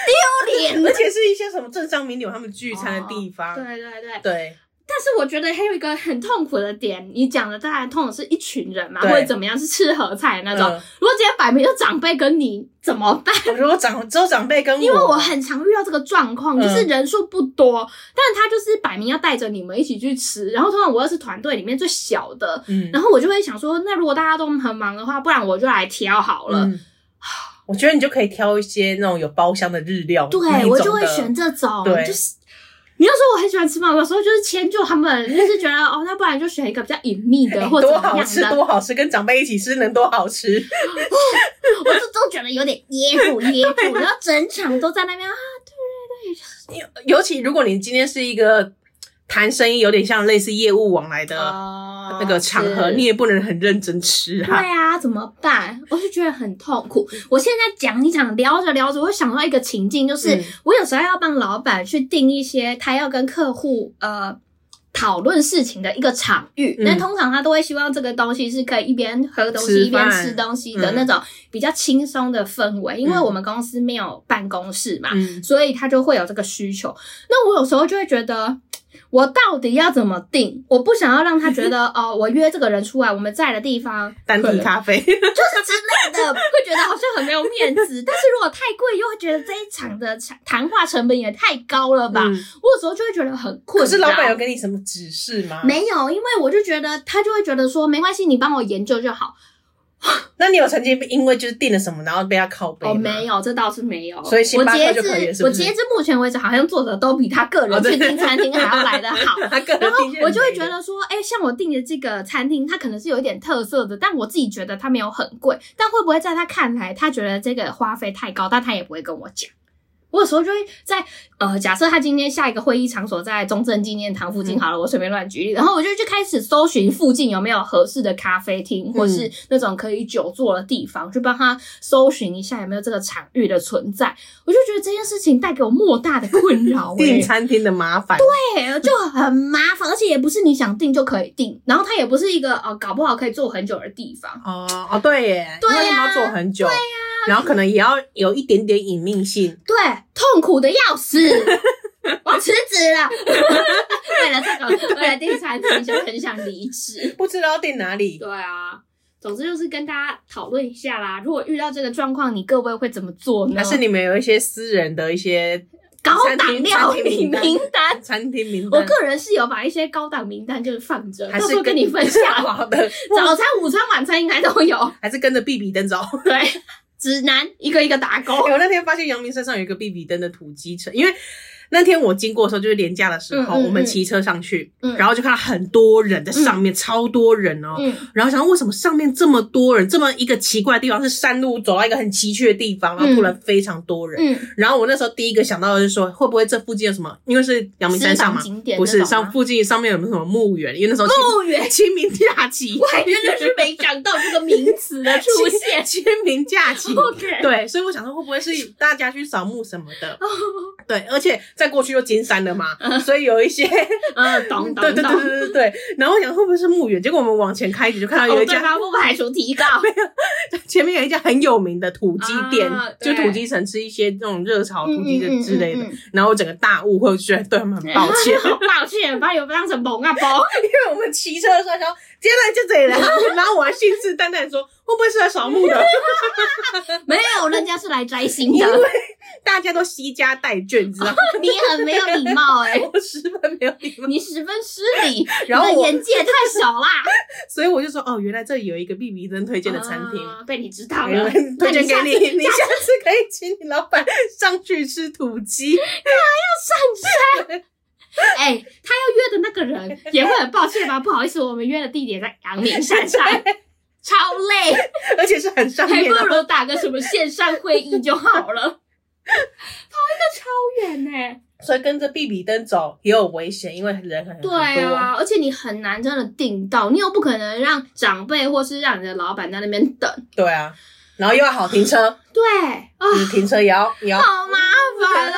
[SPEAKER 1] 丢脸。
[SPEAKER 2] 而且是一些什么政商名流他们聚餐的地方，
[SPEAKER 1] 对对哦对，
[SPEAKER 2] 对。
[SPEAKER 1] 但是我觉得还有一个很痛苦的点，你讲的当然痛的是一群人嘛，
[SPEAKER 2] 对
[SPEAKER 1] 或者怎么样是吃合菜的那种。
[SPEAKER 2] 嗯
[SPEAKER 1] 如果今天摆明就长辈跟你怎么办？
[SPEAKER 2] 我如果长只有长辈跟我，
[SPEAKER 1] 因为我很常遇到这个状况，
[SPEAKER 2] 哦嗯
[SPEAKER 1] 就是人数不多，但他就是摆明要带着你们一起去吃，然后通常我又是团队里面最小的，
[SPEAKER 2] 嗯
[SPEAKER 1] 然后我就会想说，那如果大家都很忙的话，不然我就来挑好了。
[SPEAKER 2] 嗯我觉得你就可以挑一些那种有包厢的日料，
[SPEAKER 1] 对
[SPEAKER 2] 那一种
[SPEAKER 1] 我
[SPEAKER 2] 的
[SPEAKER 1] 就会选这种，
[SPEAKER 2] 对
[SPEAKER 1] 就是。你要说我很喜欢吃嘛，有时候就是迁就他们，就是觉得哦，那不然就选一个比较隐秘的或者
[SPEAKER 2] 哎多
[SPEAKER 1] 怎么
[SPEAKER 2] 好
[SPEAKER 1] 样
[SPEAKER 2] 吃
[SPEAKER 1] 的，
[SPEAKER 2] 多好吃，跟长辈一起吃能多好吃，
[SPEAKER 1] 我就都觉得有点噎住噎住，
[SPEAKER 2] 啊
[SPEAKER 1] 然后整场都在那 边啊，
[SPEAKER 2] 尤其如果你今天是一个谈生意有点像类似业务往来的
[SPEAKER 1] 哦
[SPEAKER 2] 那个场合，
[SPEAKER 1] 是
[SPEAKER 2] 你也不能很认真吃
[SPEAKER 1] 对
[SPEAKER 2] 哈。
[SPEAKER 1] 啊，怎么办？我就觉得很痛苦。我现在讲一讲，聊着聊着，我想到一个情境，就是、
[SPEAKER 2] 嗯
[SPEAKER 1] 我有时候要帮老板去定一些他要跟客户呃讨论事情的一个场域。
[SPEAKER 2] 嗯
[SPEAKER 1] 那、通常他都会希望这个东西是可以一边喝东
[SPEAKER 2] 吃
[SPEAKER 1] 西一边
[SPEAKER 2] 饭
[SPEAKER 1] 吃东西的
[SPEAKER 2] 嗯
[SPEAKER 1] 那种比较轻松的氛围，因为
[SPEAKER 2] 嗯
[SPEAKER 1] 我们公司没有办公室嘛，
[SPEAKER 2] 嗯，
[SPEAKER 1] 所以他就会有这个需求。那我有时候就会觉得，我到底要怎么定？我不想要让他觉 得哦，我约这个人出来，我们在的地方
[SPEAKER 2] 单
[SPEAKER 1] 可
[SPEAKER 2] 体
[SPEAKER 1] 能
[SPEAKER 2] 咖啡，
[SPEAKER 1] 就是之类的，会觉得好像很没有面子。但是如果太贵，又会觉得这一场的谈谈话成本也太高了吧？
[SPEAKER 2] 嗯
[SPEAKER 1] 我有时候就会觉得很 困
[SPEAKER 2] 可
[SPEAKER 1] 扰。
[SPEAKER 2] 是老板有给你什么指示吗？
[SPEAKER 1] 没有，因为我就觉得他就会觉得说没关系，你帮我研究就好。
[SPEAKER 2] 那你有曾经因为就是订了什么，然后被他拷贝
[SPEAKER 1] 哦，
[SPEAKER 2] 吗
[SPEAKER 1] 没有，这倒是没有。
[SPEAKER 2] 所以星
[SPEAKER 1] 我
[SPEAKER 2] 巴克
[SPEAKER 1] 截
[SPEAKER 2] 就
[SPEAKER 1] 至
[SPEAKER 2] 可以了是不
[SPEAKER 1] 我
[SPEAKER 2] 是
[SPEAKER 1] 截至目前为止，好像作者都比他个
[SPEAKER 2] 哦
[SPEAKER 1] 人
[SPEAKER 2] 对
[SPEAKER 1] 去订餐厅还要来得 好。
[SPEAKER 2] 他个
[SPEAKER 1] 然
[SPEAKER 2] 人
[SPEAKER 1] 后
[SPEAKER 2] 订阅
[SPEAKER 1] 我就会
[SPEAKER 2] 没
[SPEAKER 1] 觉
[SPEAKER 2] 的
[SPEAKER 1] 得说，哎、像我订的这个餐厅，它可能是有一点特色的，但我自己觉得它没有很贵。但会不会在他看来，他觉得这个花费太高，但他也不会跟我讲。我有时候就会在呃，假设他今天下一个会议场所在中正纪念堂附近好了，我随便乱举例，然后我就去开始搜寻附近有没有合适的咖啡厅，或是那种可以久坐的地方，去帮他搜寻一下有没有这个场域的存在。我就觉得这件事情带给我莫大的困扰、欸，
[SPEAKER 2] 订餐厅的麻烦，
[SPEAKER 1] 对，就很麻烦，而且也不是你想订就可以订，然后它也不是一个呃，搞不好可以坐很久的地方。
[SPEAKER 2] 哦哦，对耶，
[SPEAKER 1] 对
[SPEAKER 2] 因
[SPEAKER 1] 呀
[SPEAKER 2] 为他们要做很久，对呀、然后可能也要有一点点隐秘性。
[SPEAKER 1] 对，痛苦的要死，我辞职了。 为了这个，为了订餐厅就很想离职。
[SPEAKER 2] 不知道订哪里，
[SPEAKER 1] 对啊，总之就是跟大家讨论一下啦。如果遇到这个状况，你各位会怎么做呢？
[SPEAKER 2] 嗯还是你们有一些私人的一些
[SPEAKER 1] 高
[SPEAKER 2] 餐
[SPEAKER 1] 档
[SPEAKER 2] 厅
[SPEAKER 1] 料
[SPEAKER 2] 餐厅
[SPEAKER 1] 理
[SPEAKER 2] 名单
[SPEAKER 1] 名单？
[SPEAKER 2] 餐厅名
[SPEAKER 1] 我
[SPEAKER 2] 单？
[SPEAKER 1] 个人是有把一些高档名单就是放着，
[SPEAKER 2] 还
[SPEAKER 1] 到时
[SPEAKER 2] 是
[SPEAKER 1] 候跟你分享。
[SPEAKER 2] 好的，
[SPEAKER 1] 早餐、午餐、晚餐应该都有。
[SPEAKER 2] 还是跟着比比登 走。
[SPEAKER 1] 对，指南一个一个打勾。
[SPEAKER 2] 哎我那天发现阳明山上有一个比比登的土鸡车，因为那天我经过的时候就是廉价的时候，
[SPEAKER 1] 嗯嗯
[SPEAKER 2] 我们
[SPEAKER 1] 嗯
[SPEAKER 2] 骑车上去，
[SPEAKER 1] 嗯
[SPEAKER 2] 然后就看到很多人在上面，超多人哦。
[SPEAKER 1] 嗯，
[SPEAKER 2] 然后想说为什么上面这么多人，这么一个奇怪的地方是山路走到一个很崎岖的地方，然后突然非常多人。
[SPEAKER 1] 嗯，
[SPEAKER 2] 然后我那时候第一个想到的就是说，会不会这附近有什么？因为是阳明山上嘛
[SPEAKER 1] 私房景，点
[SPEAKER 2] 不是
[SPEAKER 1] 那种吗啊哦
[SPEAKER 2] 上附近上面有没有什么墓园？因为那时候清
[SPEAKER 1] 墓园，
[SPEAKER 2] 清明假期。
[SPEAKER 1] 我，还真的是没想到这个名词的 出现
[SPEAKER 2] 清明假 期。
[SPEAKER 1] OK，
[SPEAKER 2] 对，所以我想说，会不会是大家去扫墓什么的？
[SPEAKER 1] 哦
[SPEAKER 2] 对，而且再过去又金山了嘛，所以有一 些，对
[SPEAKER 1] 嗯，懂懂
[SPEAKER 2] 对对
[SPEAKER 1] 懂。
[SPEAKER 2] 对对对。然后我想会不会是墓园？结果我们往前开一点，就看到有
[SPEAKER 1] 哦，
[SPEAKER 2] 一
[SPEAKER 1] 对
[SPEAKER 2] 家
[SPEAKER 1] 方不排除提高。
[SPEAKER 2] 前面有一家很有名的土鸡店
[SPEAKER 1] 啊，
[SPEAKER 2] 就
[SPEAKER 1] 对
[SPEAKER 2] 土鸡城吃一些那种热炒土鸡的之类的
[SPEAKER 1] 嗯嗯嗯嗯。
[SPEAKER 2] 然后我整个大误会，我就觉得对他们很 抱歉，因
[SPEAKER 1] 抱歉，把你们当成萌啊包。
[SPEAKER 2] 为我们骑车的时候说，接下来就这了，然后我还信誓旦旦地说，会不会是来扫墓的？
[SPEAKER 1] 没有，人家是来摘星
[SPEAKER 2] 因
[SPEAKER 1] 的。
[SPEAKER 2] 为大家都惜家带啊眷，你知道吗？
[SPEAKER 1] 你很没有礼貌哎、
[SPEAKER 2] 我十分没有礼貌，
[SPEAKER 1] 你十分失礼，
[SPEAKER 2] 然后
[SPEAKER 1] 你的
[SPEAKER 2] 我
[SPEAKER 1] 眼界太小啦。
[SPEAKER 2] 所以我就说哦，原来这里有一个必比登推荐的餐厅。
[SPEAKER 1] 啊被你知道了，
[SPEAKER 2] 推荐
[SPEAKER 1] 那
[SPEAKER 2] 给
[SPEAKER 1] 下次
[SPEAKER 2] 你，你
[SPEAKER 1] 下
[SPEAKER 2] 下
[SPEAKER 1] 次
[SPEAKER 2] 次可以请你老板上去吃土鸡。
[SPEAKER 1] 哎、他要约的那个人也会很抱歉吧？不好意思，我们约的地点在阳明山 上，超累，
[SPEAKER 2] 而且是很上
[SPEAKER 1] 还
[SPEAKER 2] 面
[SPEAKER 1] 不
[SPEAKER 2] 的。
[SPEAKER 1] 如打个什么线上会议就好了。跑一个超远呢、
[SPEAKER 2] 所以跟着必比登走也有危险，因为人很多。
[SPEAKER 1] 对啊，而且你很难真的订到，你又不可能让长辈或是让你的老板在那边等，
[SPEAKER 2] 对啊，然后又要好停车，
[SPEAKER 1] 对啊，
[SPEAKER 2] 你停车也要也要。
[SPEAKER 1] 好麻烦哦。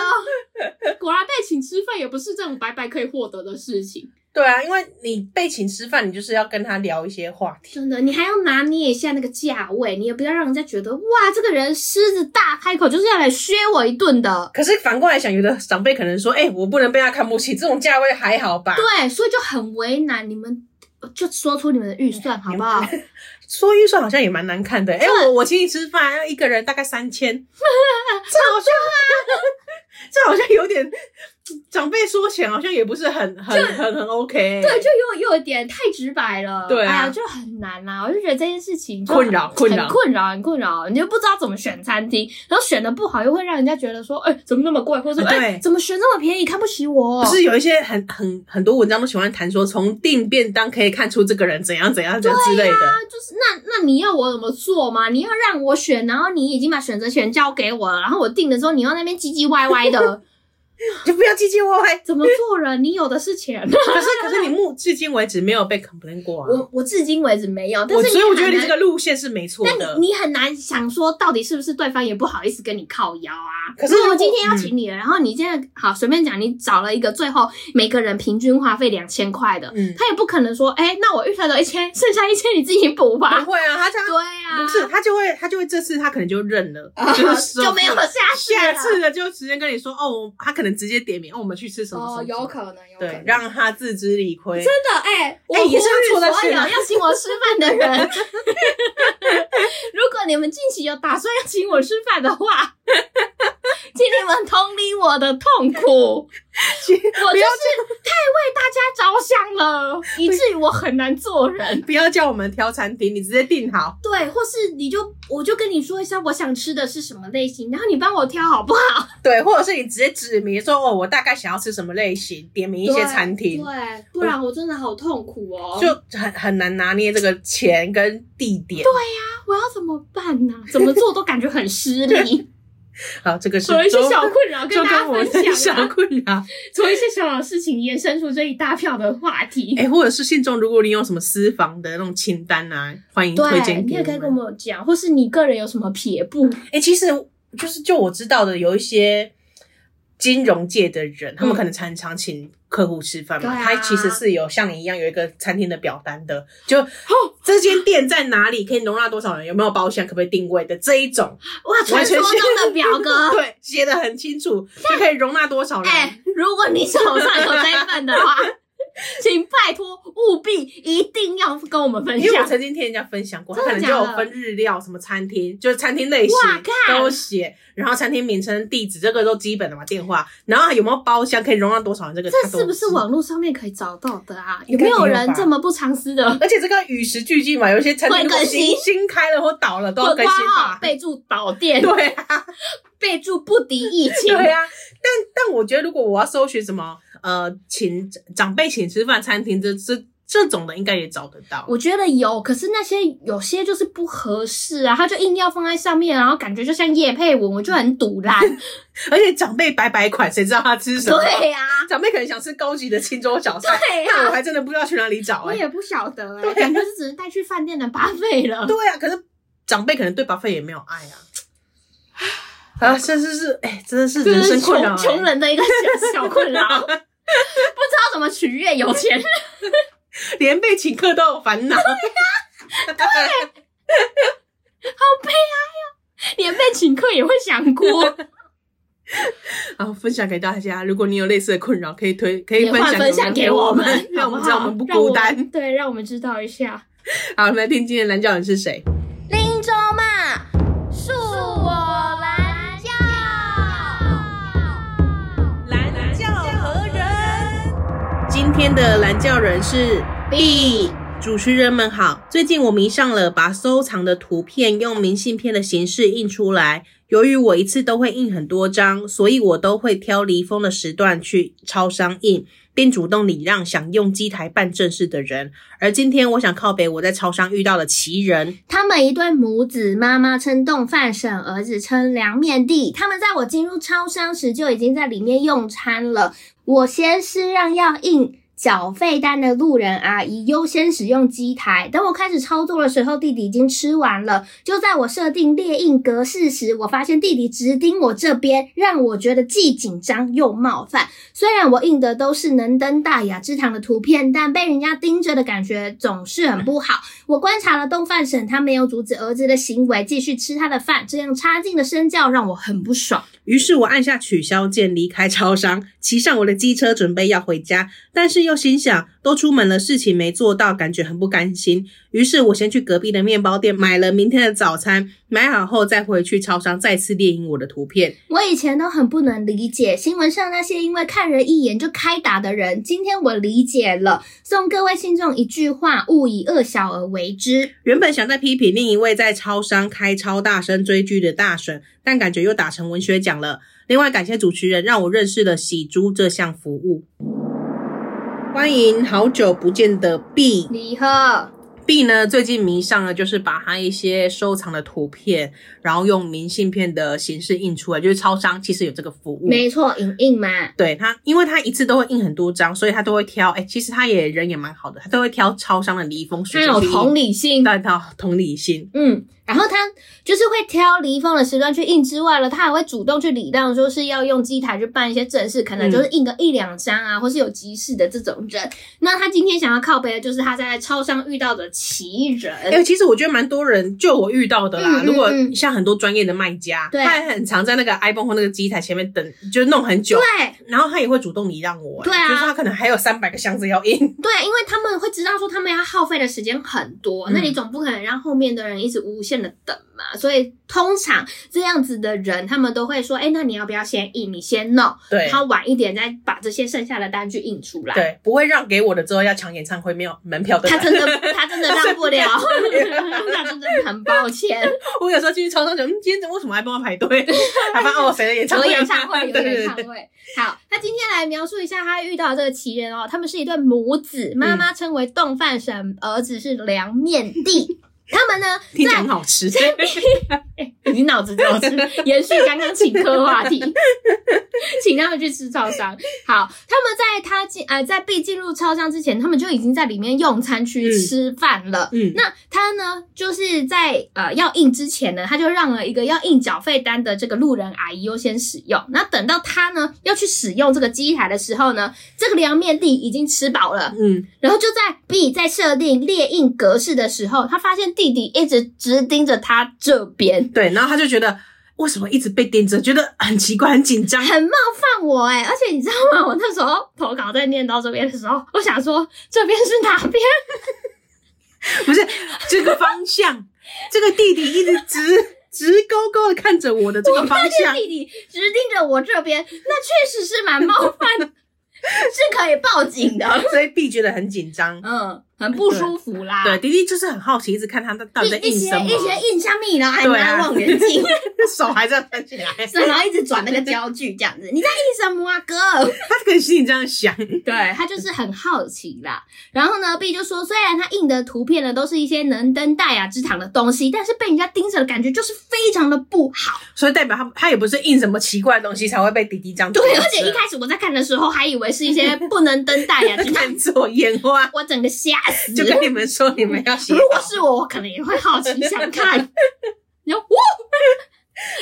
[SPEAKER 1] 果然被请吃饭也不是这种白白可以获得的事情，
[SPEAKER 2] 对啊，因为你被请吃饭，你就是要跟他聊一些话题。
[SPEAKER 1] 真的，你还要拿捏一下那个价位，你也不要让人家觉得哇，这个人狮子大开口就是要来削我一顿的。
[SPEAKER 2] 可是反过来想，有的长辈可能说：“哎、我不能被他看不起，这种价位还好吧
[SPEAKER 1] 对，所以就很为难，你们就说出你们的预算好不 好？？”
[SPEAKER 2] 说预算好像也蛮难 看的。哎、我我请你吃饭，要一个人大概三千，这好像 这好像有点长辈说钱，好像也不是很很很很 OK、
[SPEAKER 1] 对，就又又有点太直白了，
[SPEAKER 2] 对啊
[SPEAKER 1] 哎呀，就很难啦、我就觉得这件事情就
[SPEAKER 2] 困扰困扰
[SPEAKER 1] 很困扰，很困扰，你就不知道怎么选餐厅，然后选的不好又会让人家觉得说，哎、怎么那么贵，或者说，
[SPEAKER 2] 啊对
[SPEAKER 1] 哎、怎么选这么便宜，看不起我、
[SPEAKER 2] 不是有一些很很很多文章都喜欢谈说，从订便当可以看出这个人怎样怎样怎样之类的。
[SPEAKER 1] 啊，就是那那你要我怎么做嘛？你要让我选，然后你已经把选择权交给我了，然后我定了之后，你要那边唧唧歪歪 的，
[SPEAKER 2] 就不要唧唧歪歪。
[SPEAKER 1] 怎么做人？你有的是钱。
[SPEAKER 2] 可是可是你目至今为止没有被 complain 过啊。
[SPEAKER 1] 我我至今为止没有，但
[SPEAKER 2] 我
[SPEAKER 1] 是
[SPEAKER 2] 所以我觉得
[SPEAKER 1] 很
[SPEAKER 2] 你
[SPEAKER 1] 难
[SPEAKER 2] 这个路线是没错
[SPEAKER 1] 那
[SPEAKER 2] 的
[SPEAKER 1] 你。你很难想说到底是不是对方也不好意思跟你靠腰啊？
[SPEAKER 2] 可是
[SPEAKER 1] 如果
[SPEAKER 2] 如果嗯
[SPEAKER 1] 今天邀请你了，然后你现在好随便讲，你找了一个最后每个人平均花费两千块的，
[SPEAKER 2] 嗯，
[SPEAKER 1] 他也不可能说，哎、那我预算都一千，剩下一千你自己补吧。
[SPEAKER 2] 不会啊，他这样
[SPEAKER 1] 对呀、啊，
[SPEAKER 2] 不是他就会他就会这次他可能就认了，是说
[SPEAKER 1] 啊就没有下次了
[SPEAKER 2] 下次的就直接跟你说哦，我他可能直接点名哦，我们去吃什么什么
[SPEAKER 1] 哦，
[SPEAKER 2] 什么
[SPEAKER 1] 有可能，有可
[SPEAKER 2] 对
[SPEAKER 1] 能，。
[SPEAKER 2] 让他自知理亏。
[SPEAKER 1] 真的哎、我
[SPEAKER 2] 哎也是他
[SPEAKER 1] 呼
[SPEAKER 2] 错
[SPEAKER 1] 吁
[SPEAKER 2] 的
[SPEAKER 1] 所
[SPEAKER 2] 事
[SPEAKER 1] 有
[SPEAKER 2] 啊
[SPEAKER 1] 要请我吃饭的人， 如果你们近期有打算要请我吃饭的话，请你们同理我的痛 苦，我就是太为大家着想了，以至于我很难做人。
[SPEAKER 2] 不要叫我们挑餐厅，你直接订好。
[SPEAKER 1] 对，或是你就我就跟你说一下我想吃的是什么类型，然后你帮我挑好不好？
[SPEAKER 2] 对，或者是你直接指明说哦，我大概想要吃什么类型，点名一些餐厅，
[SPEAKER 1] 对，不然我真的好痛苦哦。
[SPEAKER 2] 就很很难拿捏这个钱跟地点。
[SPEAKER 1] 我要怎么办呢、 怎么做都感觉很失力。
[SPEAKER 2] 好，这个是
[SPEAKER 1] 有一些
[SPEAKER 2] 周
[SPEAKER 1] 小困扰跟
[SPEAKER 2] 就
[SPEAKER 1] 大
[SPEAKER 2] 跟
[SPEAKER 1] 家
[SPEAKER 2] 我
[SPEAKER 1] 分享、
[SPEAKER 2] 小
[SPEAKER 1] 啊，
[SPEAKER 2] 困扰。
[SPEAKER 1] 从一些小小事情延伸出这一大票的话题。
[SPEAKER 2] 哎、或者是信众，如果你有什么私房的那种清单啊，欢迎推
[SPEAKER 1] 对，
[SPEAKER 2] 荐
[SPEAKER 1] 你
[SPEAKER 2] 给
[SPEAKER 1] 也可以跟
[SPEAKER 2] 我
[SPEAKER 1] 我
[SPEAKER 2] 们。
[SPEAKER 1] 们讲，或是你个人有什么撇步？
[SPEAKER 2] 哎、其实就是就我知道的，有一些金融界的人，他们
[SPEAKER 1] 嗯
[SPEAKER 2] 可能常常请客户吃饭嘛，
[SPEAKER 1] 对啊
[SPEAKER 2] 他其实是有像你一样有一个餐厅的表单的，就、这间店在哪里，可以容纳多少人，有没有包厢，可不可以定位的这一种，
[SPEAKER 1] 哇，传
[SPEAKER 2] 完
[SPEAKER 1] 说
[SPEAKER 2] 全是
[SPEAKER 1] 中的表格。
[SPEAKER 2] 对，写的很清楚，就可以容纳多少人。
[SPEAKER 1] 哎、如果你手上有这一份的 话，请拜托务必一定要跟我们分
[SPEAKER 2] 因为我
[SPEAKER 1] 享。
[SPEAKER 2] 曾经听人家分享过，他
[SPEAKER 1] 真的
[SPEAKER 2] 可能就
[SPEAKER 1] 假的
[SPEAKER 2] 有分日料、什么餐厅，就是餐厅类型
[SPEAKER 1] 哇干
[SPEAKER 2] 都写，然后餐厅名称、地址这个都基本的嘛，电话，然后有没有包厢，可以容纳多少人，这个
[SPEAKER 1] 这
[SPEAKER 2] 他都
[SPEAKER 1] 是不是
[SPEAKER 2] 知道？
[SPEAKER 1] 网络上面可以找到的啊？有
[SPEAKER 2] 应该
[SPEAKER 1] 没有
[SPEAKER 2] 没有
[SPEAKER 1] 人
[SPEAKER 2] 吧
[SPEAKER 1] 这么不藏私的？
[SPEAKER 2] 而且这个与时俱进嘛，有一些餐厅如果
[SPEAKER 1] 会更新
[SPEAKER 2] 新新开了或倒了都要
[SPEAKER 1] 或
[SPEAKER 2] 更
[SPEAKER 1] 挂
[SPEAKER 2] 新
[SPEAKER 1] 号
[SPEAKER 2] 吧。
[SPEAKER 1] 啊备注导电，
[SPEAKER 2] 对 啊，
[SPEAKER 1] 备注不敌疫情。
[SPEAKER 2] 对啊，但但我觉得如果我要搜寻什么呃，请长辈请吃饭餐厅，这这这种的应该也找得到。
[SPEAKER 1] 我觉得有，可是那些有些就是不合适啊，他就硬要放在上面，然后感觉就像叶佩文，我就很堵啦。
[SPEAKER 2] 而且长辈白白款，谁知道他吃什么？
[SPEAKER 1] 对呀、
[SPEAKER 2] 长辈可能想吃高级的青州小菜，
[SPEAKER 1] 对呀
[SPEAKER 2] 但 我还真的不知道去哪里找
[SPEAKER 1] 我
[SPEAKER 2] 哎、
[SPEAKER 1] 哎啊也不晓得哎、
[SPEAKER 2] 对啊
[SPEAKER 1] 感觉是只能带去饭店的巴费了。
[SPEAKER 2] 对啊，可是长辈可能对巴菲也没有爱啊。啊，这是是，哎、真的是
[SPEAKER 1] 这
[SPEAKER 2] 人
[SPEAKER 1] 是
[SPEAKER 2] 生困扰、欸
[SPEAKER 1] 穷穷人的一个小 小困扰，不知道怎么取悦有钱人。
[SPEAKER 2] 哎连被请客都有烦恼。
[SPEAKER 1] 连被请客也会想哭，
[SPEAKER 2] 啊，分享给大家，如果你有类似的困扰，可以推，可以
[SPEAKER 1] 也
[SPEAKER 2] 分
[SPEAKER 1] 换
[SPEAKER 2] 享
[SPEAKER 1] 分享给
[SPEAKER 2] 给
[SPEAKER 1] 我
[SPEAKER 2] 我
[SPEAKER 1] 们
[SPEAKER 2] 们，，让
[SPEAKER 1] 好
[SPEAKER 2] 我
[SPEAKER 1] 不
[SPEAKER 2] 们
[SPEAKER 1] 好
[SPEAKER 2] 知道我们不孤。
[SPEAKER 1] 让我
[SPEAKER 2] 单
[SPEAKER 1] 们。对，让我们知道一下。
[SPEAKER 2] 好，我们来听今天的蓝教人是谁？
[SPEAKER 1] 林州嘛，恕我蓝教。
[SPEAKER 2] 天的蓝教人是
[SPEAKER 1] B，
[SPEAKER 2] 主持人们好，最近我迷上了把收藏的图片用明信片的形式印出来。由于我一次都会印很多张，所以我都会挑离峰的时段去超商印，并主动礼让想用机台办正事的人。而今天我想靠北，我在超商遇到了奇人，
[SPEAKER 1] 他们一对母子，妈妈称冻饭，婶儿子称凉面地。他们在我进入超商时就已经在里面用餐了。我先是让要印缴费单的路人阿姨优先使用机台。等我开始操作的时候，弟弟已经吃完了。就在我设定列印格式时，我发现弟弟直盯我这边，让我觉得既紧张又冒犯。虽然我印的都是能登大雅之堂的图片，但被人家盯着的感觉总是很不好。我观察了东饭婶，她没有阻止儿子的行为，继续吃他的饭，这样差劲的身教让我很不爽。
[SPEAKER 2] 于是我按下取消键，离开超商，骑上我的机车，准备要回家。但是又心想，都出门了，事情没做到，感觉很不甘心。于是我先去隔壁的面包店买了明天的早餐，买好后再回去超商再次列印我的图片。
[SPEAKER 1] 我以前都很不能理解新闻上那些因为看人一眼就开打的人，今天我理解了。送各位信众一句话：勿以恶小而为之。
[SPEAKER 2] 原本想再批评另一位在超商开超大声追剧的大婶，但感觉又打成文学奖了。另外感谢主持人，让我认识了喜猪这项服务。欢迎好久不见的 B
[SPEAKER 1] 你喝，
[SPEAKER 2] B 呢，最近迷上了就是把他一些收藏的图片，然后用明信片的形式印出来，就是超商其实有这个服务。
[SPEAKER 1] 没错，影印嘛。
[SPEAKER 2] 对他，因为他一次都会印很多张，所以他都会挑。哎、其实他也人也蛮好的，他都会挑超商的离峰时
[SPEAKER 1] 他
[SPEAKER 2] 间
[SPEAKER 1] 有
[SPEAKER 2] 去
[SPEAKER 1] 嗯
[SPEAKER 2] 印
[SPEAKER 1] 同理心，
[SPEAKER 2] 带到同理心。
[SPEAKER 1] 嗯，然后他就是会挑离峰的时段去印之外了，他还会主动去礼让，说是要用机台去办一些正事，可能
[SPEAKER 2] 嗯
[SPEAKER 1] 就是印个一两张啊，或是有急事的这种人。那他今天想要靠背的就是他在超商遇到的奇人，
[SPEAKER 2] 哎、其实我觉得蛮多人，就我遇到的啦。
[SPEAKER 1] 嗯嗯
[SPEAKER 2] 如果
[SPEAKER 1] 嗯
[SPEAKER 2] 像很多专业的卖家，
[SPEAKER 1] 对
[SPEAKER 2] 他也很常在那个 iPhone 或那个机台前面等，就弄很久，
[SPEAKER 1] 对
[SPEAKER 2] 然后他也会主动礼让我、哎
[SPEAKER 1] 对啊
[SPEAKER 2] 就是他可能还有三百个箱子要印。
[SPEAKER 1] 对，因为他们会知道说他们要耗费的时间很多，
[SPEAKER 2] 嗯
[SPEAKER 1] 那你总不可能让后面的人一直无限的等嘛，所以通常这样子的人，他们都会说，哎，那你要不要先印，你先弄，
[SPEAKER 2] 对
[SPEAKER 1] 然。后晚一点再把这些剩下的单据印出来。
[SPEAKER 2] 对，不会让给我的之后要抢演唱会没有门票的
[SPEAKER 1] 他
[SPEAKER 2] 人。
[SPEAKER 1] 真的，他真的让不了，
[SPEAKER 2] 他真的让
[SPEAKER 1] 他真的很抱歉。
[SPEAKER 2] 我有时候进去超商想，嗯，今天怎么为什么还帮我 排队？还帮哦谁的演唱
[SPEAKER 1] 有
[SPEAKER 2] 会？
[SPEAKER 1] 演唱会，有
[SPEAKER 2] 对
[SPEAKER 1] 演
[SPEAKER 2] 对
[SPEAKER 1] 唱
[SPEAKER 2] 对，
[SPEAKER 1] 会。好，那今天来描述一下他遇到的这个奇人哦，他们是一对母子，妈妈称为冻饭神，儿子是凉面帝。他们呢，
[SPEAKER 2] 听起来
[SPEAKER 1] 在
[SPEAKER 2] 很好吃。
[SPEAKER 1] 你脑子就是 延续刚刚请客话题， 请他们去吃超商。好，他们在他进呃在 B 进入超商之前，他们就已经在里面用餐区
[SPEAKER 2] 嗯
[SPEAKER 1] 吃饭了。
[SPEAKER 2] 嗯，
[SPEAKER 1] 那他呢，就是在呃要印之前呢，他就让了一个要印缴费单的这个路人阿姨优先使用。那等到他呢要去使用这个机台的时候呢，这个凉面弟已经吃饱了，
[SPEAKER 2] 嗯，
[SPEAKER 1] 然后就在 B 在设定列印格式的时候，他发现弟弟一直直盯着他这边。
[SPEAKER 2] 对，然后他就觉得为什么一直被盯着，觉得很奇怪，很紧 张。
[SPEAKER 1] 很冒犯我哎、而且你知道吗？我那时候投稿在念到这边的时候，我想说这边是哪边？
[SPEAKER 2] 不是这个方向， 这个弟弟一直直 直勾勾的看着我的这个方向，
[SPEAKER 1] 弟弟直盯着我这边，那确实是蛮冒犯的， 是可以报警的。
[SPEAKER 2] 所以 B 觉得很紧张。
[SPEAKER 1] 嗯，很不舒服啦。
[SPEAKER 2] 对，弟弟就是很好奇，一直看他到底在
[SPEAKER 1] 一一
[SPEAKER 2] 印
[SPEAKER 1] 些
[SPEAKER 2] 什么，
[SPEAKER 1] 一些印象密，然后还
[SPEAKER 2] 对啊
[SPEAKER 1] 拿望远镜，
[SPEAKER 2] 手还这样弹起来，
[SPEAKER 1] 然后一直转那个焦距这样子。你在印什么啊， 哥？
[SPEAKER 2] 他可能心里这样想。
[SPEAKER 1] 对他就是很好奇啦。然后呢，B 就说，虽然他印的图片呢都是一些能登大雅之堂的东西，但是被人家盯着的感觉就是非常的不 好。
[SPEAKER 2] 所以代表他他也不是印什么奇怪的东西才会被弟弟这样啊
[SPEAKER 1] 对，
[SPEAKER 2] 盯
[SPEAKER 1] 而
[SPEAKER 2] 着
[SPEAKER 1] 且一开始我在看的时候还以为是一些不能登啊大 雅之堂，
[SPEAKER 2] 看错眼花，
[SPEAKER 1] 我整个吓死。
[SPEAKER 2] 就跟你们说你们要写
[SPEAKER 1] 如果
[SPEAKER 2] 好，
[SPEAKER 1] 是我，我可能也会好奇想 看。然后，哇，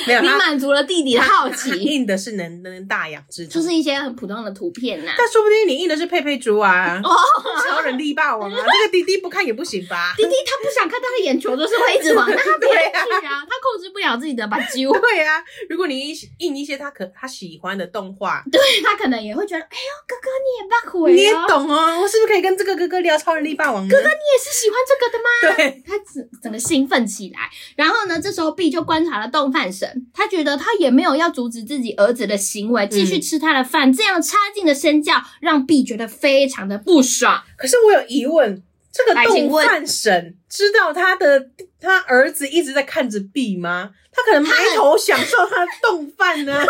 [SPEAKER 2] 没有
[SPEAKER 1] 你
[SPEAKER 2] 他
[SPEAKER 1] 满足了弟弟的好
[SPEAKER 2] 他
[SPEAKER 1] 奇，
[SPEAKER 2] 印的是能能大雅之
[SPEAKER 1] 就
[SPEAKER 2] 堂。
[SPEAKER 1] 是一些很普通的图片呐、
[SPEAKER 2] 但说不定你印的是佩佩猪啊，
[SPEAKER 1] 哦，
[SPEAKER 2] 超人力霸王啊，这个弟弟不看也不行吧？
[SPEAKER 1] 弟弟他不想看，他的眼球就是会一直往那边去啊，他控控制不了自己的把揪，
[SPEAKER 2] 对啊，如果你印一些他可他喜欢的动画，
[SPEAKER 1] 对 他可能也会觉得，哎呦，哥哥你也不回、哦，
[SPEAKER 2] 你也懂哦，我是不是可以跟这个哥哥聊《超人力霸王》呢？哥哥，
[SPEAKER 1] 你也是喜欢这个的吗？
[SPEAKER 2] 对，
[SPEAKER 1] 他整整个兴奋起来。然后呢，这时候 B 就观察了动饭神，他觉得他也没有要阻止自己儿子的行为，继续吃他的饭，这样差劲的身教让 B 觉得非常的不爽。
[SPEAKER 2] 可是我有疑问，这个
[SPEAKER 1] 来请
[SPEAKER 2] 动
[SPEAKER 1] 问
[SPEAKER 2] 饭神知道他的他儿子一直在看着 B 吗？他可能埋头享受他的动饭呢。
[SPEAKER 1] 太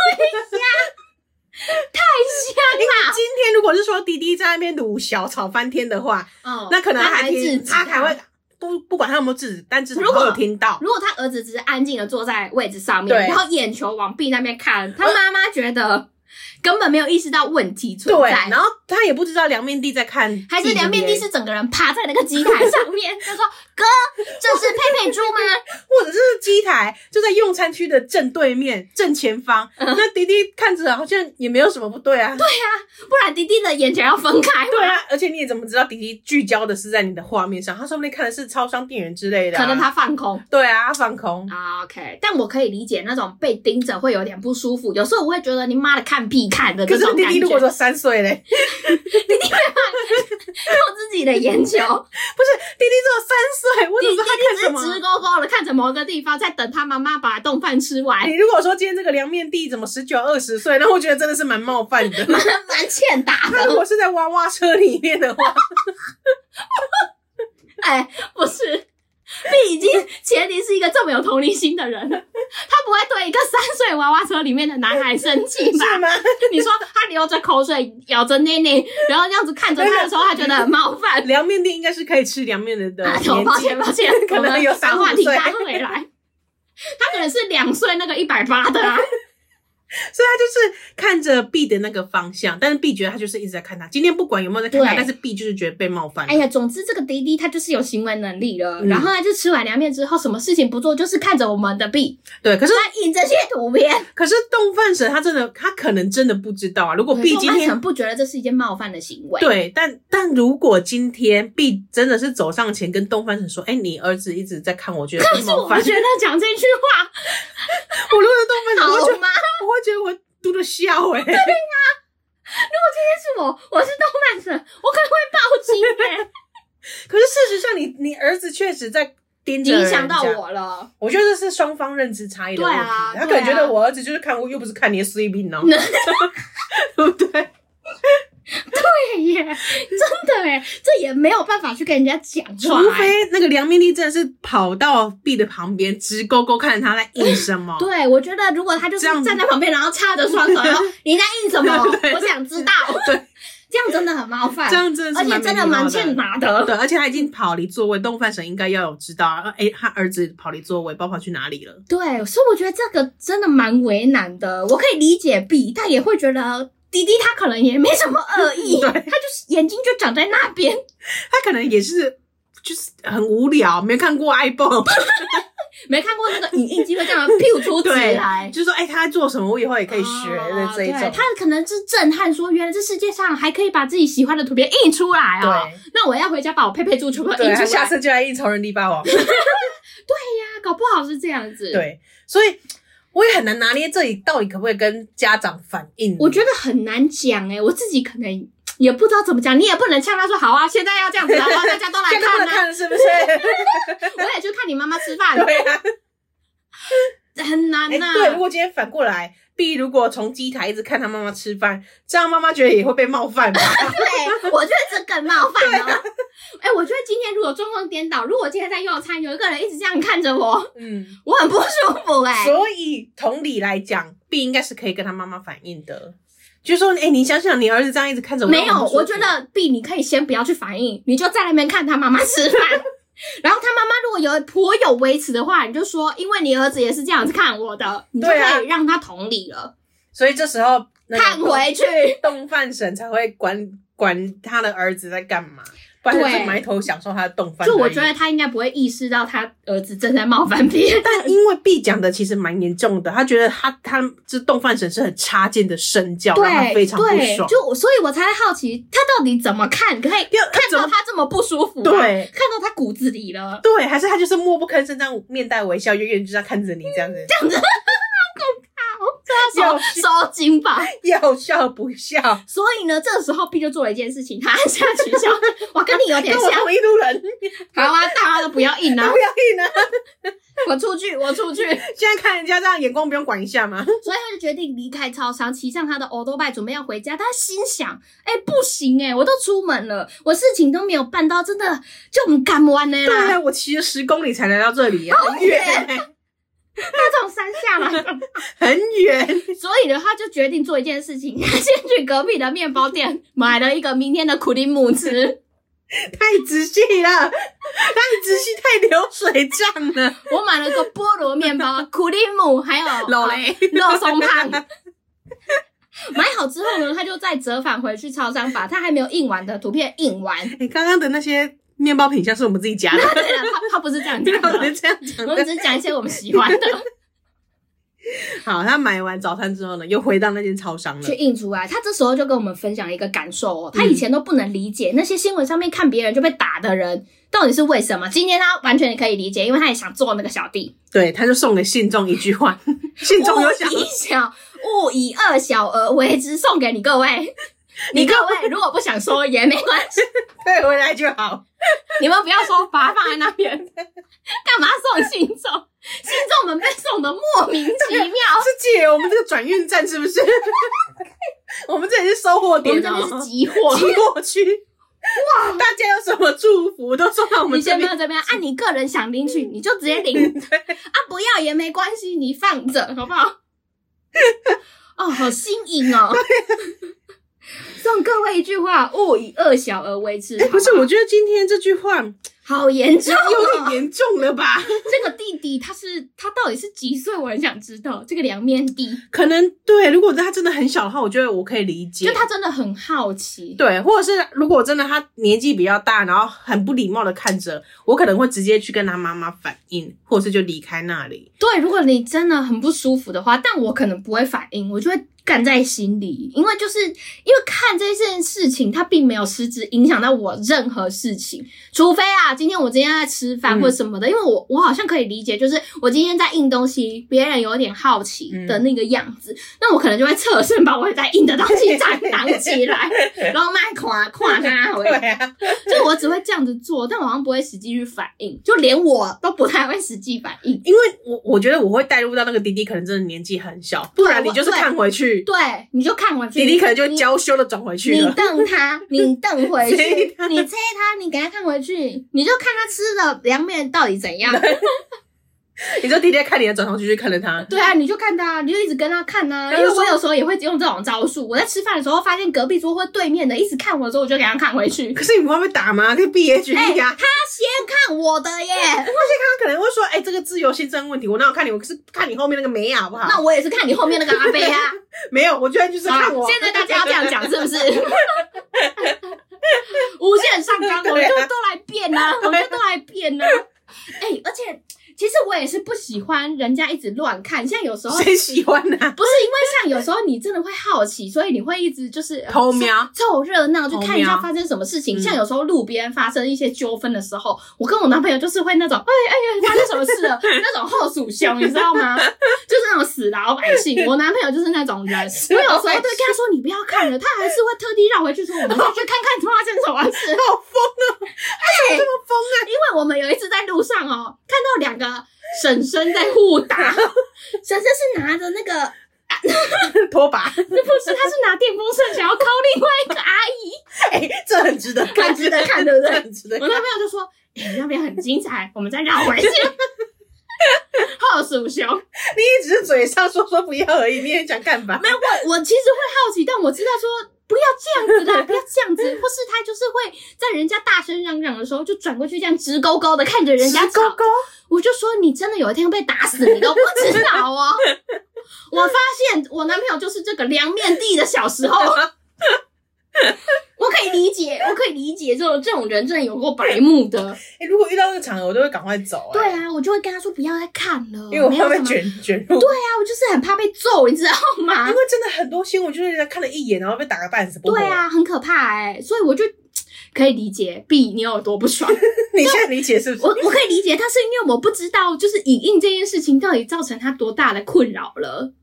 [SPEAKER 2] 今天如果是说弟弟在那边撸小吵翻天的话，
[SPEAKER 1] 香了，哦
[SPEAKER 2] 那可能
[SPEAKER 1] 他还制
[SPEAKER 2] 听
[SPEAKER 1] 止
[SPEAKER 2] 他还会不不管他有没有制止，但至少
[SPEAKER 1] 如
[SPEAKER 2] 他
[SPEAKER 1] 果
[SPEAKER 2] 有听到。
[SPEAKER 1] 如果他儿子只是安静的坐在位置上面，
[SPEAKER 2] 对
[SPEAKER 1] 然后眼球往 B 那边看，他妈妈觉得根本没有意识到问题存
[SPEAKER 2] 对，
[SPEAKER 1] 在
[SPEAKER 2] 然，后他也不知道梁面帝在看，
[SPEAKER 1] 还是梁面帝，是整个人趴在那个机台上面，他说：“哥，这是佩佩猪吗
[SPEAKER 2] 或者是机台就在用餐区的正对面、正前 方。那迪迪看着好像也没有什么不对啊，对？”
[SPEAKER 1] 不然迪迪的眼球要分开，
[SPEAKER 2] 啊，而且你也怎么知道迪迪聚焦的是在你的画面上？他说不定看的是超商店员之类的啊、
[SPEAKER 1] 可能他放空。
[SPEAKER 2] 对啊，他放空。
[SPEAKER 1] 啊 OK，但我可以理解那种被盯着会有点不舒服，有时候我会觉得你妈的看屁看的
[SPEAKER 2] 可
[SPEAKER 1] 这
[SPEAKER 2] 是
[SPEAKER 1] 种
[SPEAKER 2] 迪
[SPEAKER 1] 感
[SPEAKER 2] 迪
[SPEAKER 1] 觉，
[SPEAKER 2] 如果
[SPEAKER 1] 用
[SPEAKER 2] 说三岁嘞，
[SPEAKER 1] 自己的眼 球，
[SPEAKER 2] 迪迪只有三岁，我怎
[SPEAKER 1] 迪
[SPEAKER 2] 么知道
[SPEAKER 1] 迪
[SPEAKER 2] 他
[SPEAKER 1] 只是
[SPEAKER 2] 看
[SPEAKER 1] 直
[SPEAKER 2] 什么？
[SPEAKER 1] 勾勾的看着某个地方，在等他妈妈把冻饭吃完。
[SPEAKER 2] 你如果说今天这个凉面帝怎么十九二十岁，那我觉得真的是蛮冒 犯的。
[SPEAKER 1] 蛮蛮欠打
[SPEAKER 2] 他如
[SPEAKER 1] 的。
[SPEAKER 2] 果是在娃娃车里面 的话，
[SPEAKER 1] 哎、不是，你已经前提是一个这么有同理心的人了，他不会对一个三岁娃娃车里面的男孩生气
[SPEAKER 2] 是
[SPEAKER 1] 吧？
[SPEAKER 2] 吗？
[SPEAKER 1] 你说他流着口水，咬着内内，然后这样子看着他的时候，他觉得很冒 犯。
[SPEAKER 2] 凉面店应该是可以吃凉面的的
[SPEAKER 1] 啊
[SPEAKER 2] 年纪，
[SPEAKER 1] 我抱歉，抱歉，
[SPEAKER 2] 可能有
[SPEAKER 1] 我们把
[SPEAKER 2] 三五
[SPEAKER 1] 话题
[SPEAKER 2] 岁
[SPEAKER 1] 拉回来。他可能是两岁那个一百八的啊，
[SPEAKER 2] 所以他就是看着 B 的那个方向，但是 B 觉得他就是一直在看他，今天不管有没有在看他，
[SPEAKER 1] 对
[SPEAKER 2] 但是 B 就是觉得被冒犯 了。
[SPEAKER 1] 哎呀，总之这个迪迪他就是有行为能力了，
[SPEAKER 2] 嗯
[SPEAKER 1] 然后他就吃完凉面之后，什么事情不做，就是看着我们的币，
[SPEAKER 2] 对，可是
[SPEAKER 1] 他印这些图片，
[SPEAKER 2] 可是动饭神他真的他可能真的不知道啊。如果 B
[SPEAKER 1] 毕
[SPEAKER 2] 今
[SPEAKER 1] 竟
[SPEAKER 2] 天
[SPEAKER 1] 不觉得这是一件冒犯的行为。
[SPEAKER 2] 对，但但如果今天 B 真的是走上前跟动饭神说：“哎、你儿子一直在看我，觉得
[SPEAKER 1] 但
[SPEAKER 2] 被
[SPEAKER 1] 是
[SPEAKER 2] 冒
[SPEAKER 1] 我
[SPEAKER 2] 犯。”
[SPEAKER 1] 觉得讲这句 话
[SPEAKER 2] 我如果是动饭神，我会觉
[SPEAKER 1] 好
[SPEAKER 2] 得
[SPEAKER 1] 吗？
[SPEAKER 2] 我会觉得我嘟的笑哎、
[SPEAKER 1] 但是我我是动漫神，我可能会报警 耶，
[SPEAKER 2] 可是事实上你，你儿子确实在盯着人
[SPEAKER 1] 影
[SPEAKER 2] 家
[SPEAKER 1] 响到我了。
[SPEAKER 2] 我觉得这是双方认知差异的问题。
[SPEAKER 1] 对啊
[SPEAKER 2] 他可能
[SPEAKER 1] 对
[SPEAKER 2] 觉
[SPEAKER 1] 啊
[SPEAKER 2] 得我儿子就是看我，又不是看你的 C 病哦，对不对？
[SPEAKER 1] 对耶，真的耶，这也没有办法去跟人家讲出
[SPEAKER 2] 除
[SPEAKER 1] 来。
[SPEAKER 2] 非那个梁明丽真的是跑到 B 的旁边，直勾勾看着他在印什么。
[SPEAKER 1] 对，我觉得如果他就是
[SPEAKER 2] 这样子
[SPEAKER 1] 站在旁边，然后插着双手，然后 你在印什么
[SPEAKER 2] 对？
[SPEAKER 1] 我想知道。
[SPEAKER 2] 对，
[SPEAKER 1] 这样真的很冒犯
[SPEAKER 2] 这，样真的
[SPEAKER 1] 而
[SPEAKER 2] 是
[SPEAKER 1] 且真的蛮欠
[SPEAKER 2] 的。
[SPEAKER 1] 打的。
[SPEAKER 2] 对，而且他已经跑离座位，动饭神应该要有知道啊。哎、他儿子跑离座位，不知道跑去哪里了。
[SPEAKER 1] 对，所以我觉得这个真的蛮为难的。我可以理解 B，但也会觉得迪迪他可能也没什么恶意，
[SPEAKER 2] 对
[SPEAKER 1] 他就是眼睛就长在那边，
[SPEAKER 2] 他可能也是就是很无聊，没看过 iPhone，
[SPEAKER 1] 没看过那个影印机会这样 pew 出纸
[SPEAKER 2] 对
[SPEAKER 1] 来。
[SPEAKER 2] 就是说哎、他在做什么，我以 后也可以学的
[SPEAKER 1] 啊
[SPEAKER 2] 这一种。
[SPEAKER 1] 对他可能是震撼说，原来这世界上还可以把自己喜欢的图片印出来哦。
[SPEAKER 2] 对
[SPEAKER 1] 那我要回家把我佩佩猪全部印
[SPEAKER 2] 对，他
[SPEAKER 1] 出来
[SPEAKER 2] 下，次就来印超人第八王。
[SPEAKER 1] 啊搞不好是这样子。，
[SPEAKER 2] 对，所以我也很难拿捏这里到底可不可以跟家长反映。
[SPEAKER 1] 我觉得很难讲哎、我自己可能也不知道怎么讲，你也不能呛他说好啊，现在要这样子 啊，好啊大家都来
[SPEAKER 2] 现在不
[SPEAKER 1] 看
[SPEAKER 2] 能
[SPEAKER 1] 啊，
[SPEAKER 2] 看了是不是？
[SPEAKER 1] 我也去看你妈妈吃饭。
[SPEAKER 2] 对啊，
[SPEAKER 1] 很难啊
[SPEAKER 2] 哎
[SPEAKER 1] 呐、
[SPEAKER 2] 对。如果今天反过来，B 如果从机台一直看他妈妈吃饭，这样妈妈觉得也会被冒 犯吧？
[SPEAKER 1] 对，我觉得这更冒犯 了。
[SPEAKER 2] 啊
[SPEAKER 1] 哎、我觉得今天如果状况颠倒，如果今天在用餐，有一个人一直这样看着我，
[SPEAKER 2] 嗯，
[SPEAKER 1] 我很不舒服哎、
[SPEAKER 2] 所以同理来讲，B 应该是可以跟他妈妈反映的。就是说，哎、你想想，你儿子这样一直看着我，
[SPEAKER 1] 没
[SPEAKER 2] 让
[SPEAKER 1] 有，
[SPEAKER 2] 很不舒服
[SPEAKER 1] 我觉得 B，你可以先不要去反应，你就在那边看他妈妈吃饭。 然后他妈妈如果有颇有微词的话，你就说，因为你儿子也是这样子看我的，你就
[SPEAKER 2] 对啊
[SPEAKER 1] 可以让他同理了，
[SPEAKER 2] 所以这时候那个
[SPEAKER 1] 看回去。
[SPEAKER 2] 动饭神才会管管他的儿子在干嘛，反正
[SPEAKER 1] 对
[SPEAKER 2] 就埋头享受他的冻饭而已。
[SPEAKER 1] 就我觉得他应该不会意识到他儿子正在冒犯别人。
[SPEAKER 2] 但因为 B 讲的其实蛮严重的，他觉得他他这动饭神是很插件的身教，让他
[SPEAKER 1] 对
[SPEAKER 2] 非常不
[SPEAKER 1] 对，
[SPEAKER 2] 爽。
[SPEAKER 1] 就我，所以我才会好奇他到底怎么看，可以
[SPEAKER 2] 要
[SPEAKER 1] 看
[SPEAKER 2] 怎
[SPEAKER 1] 到
[SPEAKER 2] 么
[SPEAKER 1] 他这么不舒服、啊，
[SPEAKER 2] 对
[SPEAKER 1] 看到他骨子里了。
[SPEAKER 2] 对，还是他就是默不吭声，这样面带微笑，远远就这样看着你，这样
[SPEAKER 1] 嗯
[SPEAKER 2] 子，这 样子
[SPEAKER 1] 哦
[SPEAKER 2] 啊
[SPEAKER 1] 收收紧吧。
[SPEAKER 2] 要笑不笑？
[SPEAKER 1] 所以呢，这个时候 B 就做了一件事情，他按下取 消。我跟你有点
[SPEAKER 2] 跟
[SPEAKER 1] 像
[SPEAKER 2] 我，同一路人，
[SPEAKER 1] 好啊，大家都不要硬
[SPEAKER 2] 不
[SPEAKER 1] 啊
[SPEAKER 2] 要！硬啊！
[SPEAKER 1] 我出去，我出去。
[SPEAKER 2] 现在看人家这样眼光，不用管一下吗？
[SPEAKER 1] 所以他就决定离开超商，骑上他的 o l d bike 准备要回家。但他心想：哎、不行哎、我都出门了，我事情都没有办到，真的就不干弯呢
[SPEAKER 2] 对
[SPEAKER 1] 啦。
[SPEAKER 2] 啊，我骑了十公里才来到这里，很远欸，
[SPEAKER 1] 他从山下 来，
[SPEAKER 2] 很远。
[SPEAKER 1] 所以呢，他就决定做一件事情，他先去隔壁的面包店买了一个明天的苦力姆吃。
[SPEAKER 2] 太仔细了，太仔细，太流水账了。
[SPEAKER 1] 我买了个菠萝面包、苦力姆，还有
[SPEAKER 2] 老雷，
[SPEAKER 1] 肉松 胖。买好之后呢，他就再折返回去超商，把他还没有印完的图片印 完。
[SPEAKER 2] 你哎刚刚的那些面包品相是我们自己加的，
[SPEAKER 1] 对了，他他不是这样
[SPEAKER 2] 然
[SPEAKER 1] 讲
[SPEAKER 2] 后我
[SPEAKER 1] 的
[SPEAKER 2] 们，这样讲
[SPEAKER 1] 我们
[SPEAKER 2] 的。
[SPEAKER 1] 只是讲一些我们喜欢的，
[SPEAKER 2] 好，他买完早餐之后呢，又回到那间超商了
[SPEAKER 1] 去。印出来。他这时候就跟我们分享了一个感受
[SPEAKER 2] 嗯
[SPEAKER 1] 哦，他以前都不能理解那些新闻上面看别人就被打的人到底是为什么，今天他完全可以理解，因为他也想做那个小弟。
[SPEAKER 2] 对，他就送给信众一句话，信众有想
[SPEAKER 1] 勿，以小勿以恶小而为之，送给你各位。你各位如果不想说也没关系，
[SPEAKER 2] 退回来就好。
[SPEAKER 1] 你们不要说，把它放在那边， 干嘛送信众？ 信众们被送的莫名其 妙。
[SPEAKER 2] 是姐，我们这个转运站是不 是？我们这里是收货
[SPEAKER 1] 我
[SPEAKER 2] 点
[SPEAKER 1] 们这边
[SPEAKER 2] 哦
[SPEAKER 1] 是，集 货，
[SPEAKER 2] 寄过去。哇，大家有什么祝福都送到我们
[SPEAKER 1] 你
[SPEAKER 2] 这
[SPEAKER 1] 先
[SPEAKER 2] 边
[SPEAKER 1] 放。在这边，啊按、你个人想领取，你就直接 领，啊，不要也没关系，你放着好不 好？哦，好新颖 哦！送各位一句话：勿以恶小而为之。
[SPEAKER 2] 哎、不是，
[SPEAKER 1] 好
[SPEAKER 2] 我
[SPEAKER 1] 好，
[SPEAKER 2] 觉得今天这句话
[SPEAKER 1] 好严重、
[SPEAKER 2] 有
[SPEAKER 1] 哦。
[SPEAKER 2] 点严重了吧？
[SPEAKER 1] 这个弟弟他是他到底是几岁？我很想知道。这个凉面弟，
[SPEAKER 2] 可能对，如果他真的很小的话，我觉得我可以理解。
[SPEAKER 1] 就他真的很好奇。
[SPEAKER 2] 对，或者是如果真的他年纪比较大，然后很不礼貌的看着我，可能会直接去跟他妈妈反映，或者是就离开那里。
[SPEAKER 1] 对，如果你真的很不舒服的话，但我可能不会反应，我就会干在心里，因为就是因为看这件事情，它并没有实质影响到我任何事情，除非啊，今天我今天在吃饭
[SPEAKER 2] 嗯
[SPEAKER 1] 或什么的，因为我我好像可以理解，就是我今天在印东西，别人有点好奇的那个样子，那我可能就会侧身把我在印的东西 挡挡起来，然后卖垮垮它回 来，
[SPEAKER 2] 啊，
[SPEAKER 1] 就我只会这样子做，但我好像不会实际去反应，就连我都不太会实际反应。
[SPEAKER 2] 因为我我觉得我会带入到那个弟弟，可能真的年纪很小，不然
[SPEAKER 1] 对
[SPEAKER 2] 你
[SPEAKER 1] 我
[SPEAKER 2] 就是看回去，
[SPEAKER 1] 对，你就看回去，
[SPEAKER 2] 弟弟可能就会娇羞的转回去
[SPEAKER 1] 你
[SPEAKER 2] 了。
[SPEAKER 1] 瞪 他，你瞪回
[SPEAKER 2] 催
[SPEAKER 1] 去，你催他，你给他看回去，你就看他吃的凉面到底怎样。
[SPEAKER 2] 你说弟弟在看你的转头就去看着他，
[SPEAKER 1] 对啊，你就看他，你就一直跟他看呐、
[SPEAKER 2] 他
[SPEAKER 1] 因
[SPEAKER 2] 就
[SPEAKER 1] 为
[SPEAKER 2] 说
[SPEAKER 1] 我有时候也会用这种招数，我在吃饭的时候发现隔壁桌或对面的一直看我的时候，我就给他看回去。
[SPEAKER 2] 可是你不怕被打吗？这个 B H
[SPEAKER 1] 哎、
[SPEAKER 2] E 啊，
[SPEAKER 1] 他先 看我的耶，
[SPEAKER 2] 他可能会说，哎、这个自由性真问题，我哪有看你，我是看你后面那个眉好不好？
[SPEAKER 1] 那我也是看你后面那个阿飞啊。
[SPEAKER 2] 没有，我居然 就是看我。
[SPEAKER 1] 现在大家要这 样讲是不是？ 无限上纲，我们就都来变啊，我们就都来变啊。 哎、而且其实我也是不喜欢人家一直乱看，像有时候不是
[SPEAKER 2] 谁喜欢
[SPEAKER 1] 因
[SPEAKER 2] 呢、
[SPEAKER 1] 为像有时候你真的会好奇，所以你会一直就是呃
[SPEAKER 2] 偷瞄
[SPEAKER 1] 凑热闹，就看一
[SPEAKER 2] 偷
[SPEAKER 1] 下
[SPEAKER 2] 瞄
[SPEAKER 1] 发生什么事情。
[SPEAKER 2] 嗯
[SPEAKER 1] 像有时候路边发生一些纠纷的时候，我跟我男朋友就是会那种哎哎哎，发生什么事 了那种后鼠熊，你知道吗？就是那种死老百 姓。我男朋友就是那种人，我有时候都会跟他说你不要看了，他还是会特地绕回去说我们再去看看发生什么事。哎
[SPEAKER 2] 好疯啊！他怎么这么疯啊？
[SPEAKER 1] 因为我们有一次在路上哦，看到两个婶婶在互 打，婶婶是拿着那个，
[SPEAKER 2] 拖把，
[SPEAKER 1] 不是，她是拿电风扇想要敲另外一个阿姨。
[SPEAKER 2] 哎、这很值得看，
[SPEAKER 1] 很值得看对不对
[SPEAKER 2] 这很值得
[SPEAKER 1] 我
[SPEAKER 2] 看。
[SPEAKER 1] 男朋友就说：“哎、那边很精彩，我们再绕 回去。”好鼠熊，
[SPEAKER 2] 你也只是嘴上说说不要而已，你也想干吧？
[SPEAKER 1] 没有我，我其实会好奇，但我知道说不要这样子 啦，不要这样子，或是他就是会在人家大声嚷嚷的时候，就转过去这样直勾勾的看着人家
[SPEAKER 2] 直勾
[SPEAKER 1] 吵。
[SPEAKER 2] 勾，
[SPEAKER 1] 我就说你真的有一天会被打死，你都不知道哦。 我发现我男朋 友就是这个凉面地的小时候，我可以理解，我可以理解这种这种人真的有够白目的。
[SPEAKER 2] 哎、如果遇到这个场合，我都会赶快走、
[SPEAKER 1] 对
[SPEAKER 2] 哎，
[SPEAKER 1] 啊，我就会跟他说不要再看了，
[SPEAKER 2] 因为我
[SPEAKER 1] 没有
[SPEAKER 2] 怕被
[SPEAKER 1] 什么
[SPEAKER 2] 卷卷入。
[SPEAKER 1] 对啊，我就是很怕被揍，你知道吗
[SPEAKER 2] 因？为真的很多新闻就是人家看了一眼，然后被打个半死不活。
[SPEAKER 1] 对，啊，很可怕哎、所以我就可以理解 B 你有多不爽，
[SPEAKER 2] 你现在理解是不
[SPEAKER 1] 我
[SPEAKER 2] 是？
[SPEAKER 1] 我可以理解，但是因为我不知道就是影印这件事情到底造成他多大的困扰了。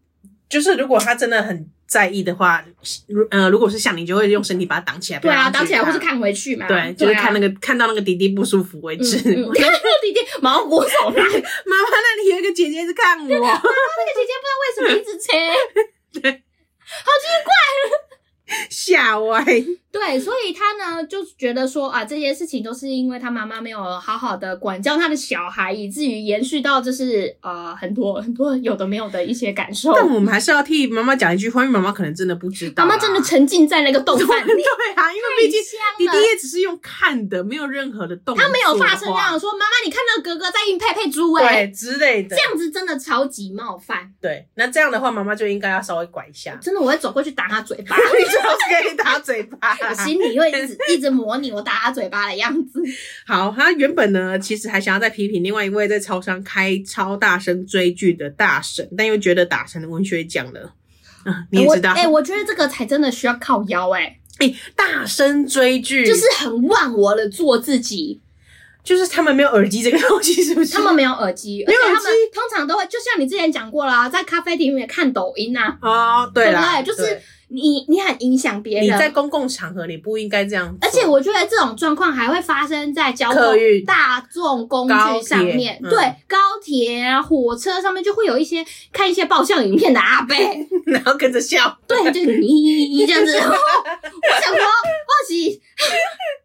[SPEAKER 2] 就是如果他真的很在意的话，如呃，如果是像你，就会用身体把它挡起来。
[SPEAKER 1] 对
[SPEAKER 2] 不
[SPEAKER 1] 啊，
[SPEAKER 2] 让它
[SPEAKER 1] 挡起来
[SPEAKER 2] 去
[SPEAKER 1] 或是。看回去嘛。
[SPEAKER 2] 对，就是看那
[SPEAKER 1] 个。
[SPEAKER 2] 个、看到那个弟弟不舒服为
[SPEAKER 1] 嗯
[SPEAKER 2] 止。
[SPEAKER 1] 嗯，看到弟弟毛骨悚然，那个姐姐
[SPEAKER 2] 妈妈，那里有一个姐姐一直看我。
[SPEAKER 1] 不 知道为什么一直切。
[SPEAKER 2] 吓欸歪。嗯
[SPEAKER 1] 对，所以他呢就觉得说啊，这些事情都是因为他妈妈没有好好的管教他的小孩，以至于延续到就是呃很多很多有的没有的一些感受。
[SPEAKER 2] 但我们还是要替妈妈讲一句话，因为妈妈可能真的不知道
[SPEAKER 1] 哦妈
[SPEAKER 2] 啊、
[SPEAKER 1] 妈真的沉浸在那个动漫里，
[SPEAKER 2] 对啊，因为毕竟弟
[SPEAKER 1] 太香了。
[SPEAKER 2] 弟也只是用看的，没有任何的动 作
[SPEAKER 1] 他
[SPEAKER 2] 的话，
[SPEAKER 1] 没有发声这样说，欸妈妈，你看到哥哥在印佩佩猪哎、
[SPEAKER 2] 对之类的
[SPEAKER 1] 这。样子真的超级冒犯，，
[SPEAKER 2] 对，那这样的话，妈妈就应该要稍微拐一下
[SPEAKER 1] 真的我会走过去打他嘴 巴，
[SPEAKER 2] 你最好是给你打嘴巴。
[SPEAKER 1] 我 心里会一直一直模拟我打他嘴巴的样子。
[SPEAKER 2] 好，他原本呢，其实还想要再批评另外一位在超商开超大声追剧的大神，但又觉得打成文学奖了。啊，你也知道，
[SPEAKER 1] 我哎、
[SPEAKER 2] 哎、
[SPEAKER 1] 我觉得这个才真的需要靠腰哎、
[SPEAKER 2] 大声追剧
[SPEAKER 1] 就是很忘我的做自己。
[SPEAKER 2] 就是他们没有耳机这个东西，是不是？
[SPEAKER 1] 他们没有耳机，而
[SPEAKER 2] 没
[SPEAKER 1] 且
[SPEAKER 2] 有耳
[SPEAKER 1] 他
[SPEAKER 2] 机
[SPEAKER 1] 们通常都会，就像你之前讲过啦，在咖啡厅里面看抖音呐、啊，
[SPEAKER 2] 哦，对
[SPEAKER 1] 对不
[SPEAKER 2] 啦，
[SPEAKER 1] 对？就是
[SPEAKER 2] 对
[SPEAKER 1] 你你很影响别
[SPEAKER 2] 你
[SPEAKER 1] 人，
[SPEAKER 2] 在公共场合你不应该这样做，
[SPEAKER 1] 而且我觉得这种状况还会发生在交
[SPEAKER 2] 客
[SPEAKER 1] 通
[SPEAKER 2] 运
[SPEAKER 1] 大众工具上面，
[SPEAKER 2] 高铁嗯
[SPEAKER 1] 对高铁啊、火车上面就会有一些看一些爆笑影片的阿 伯，
[SPEAKER 2] 然后跟着笑，
[SPEAKER 1] 对，就是你这样子。 然后我想说，或许你的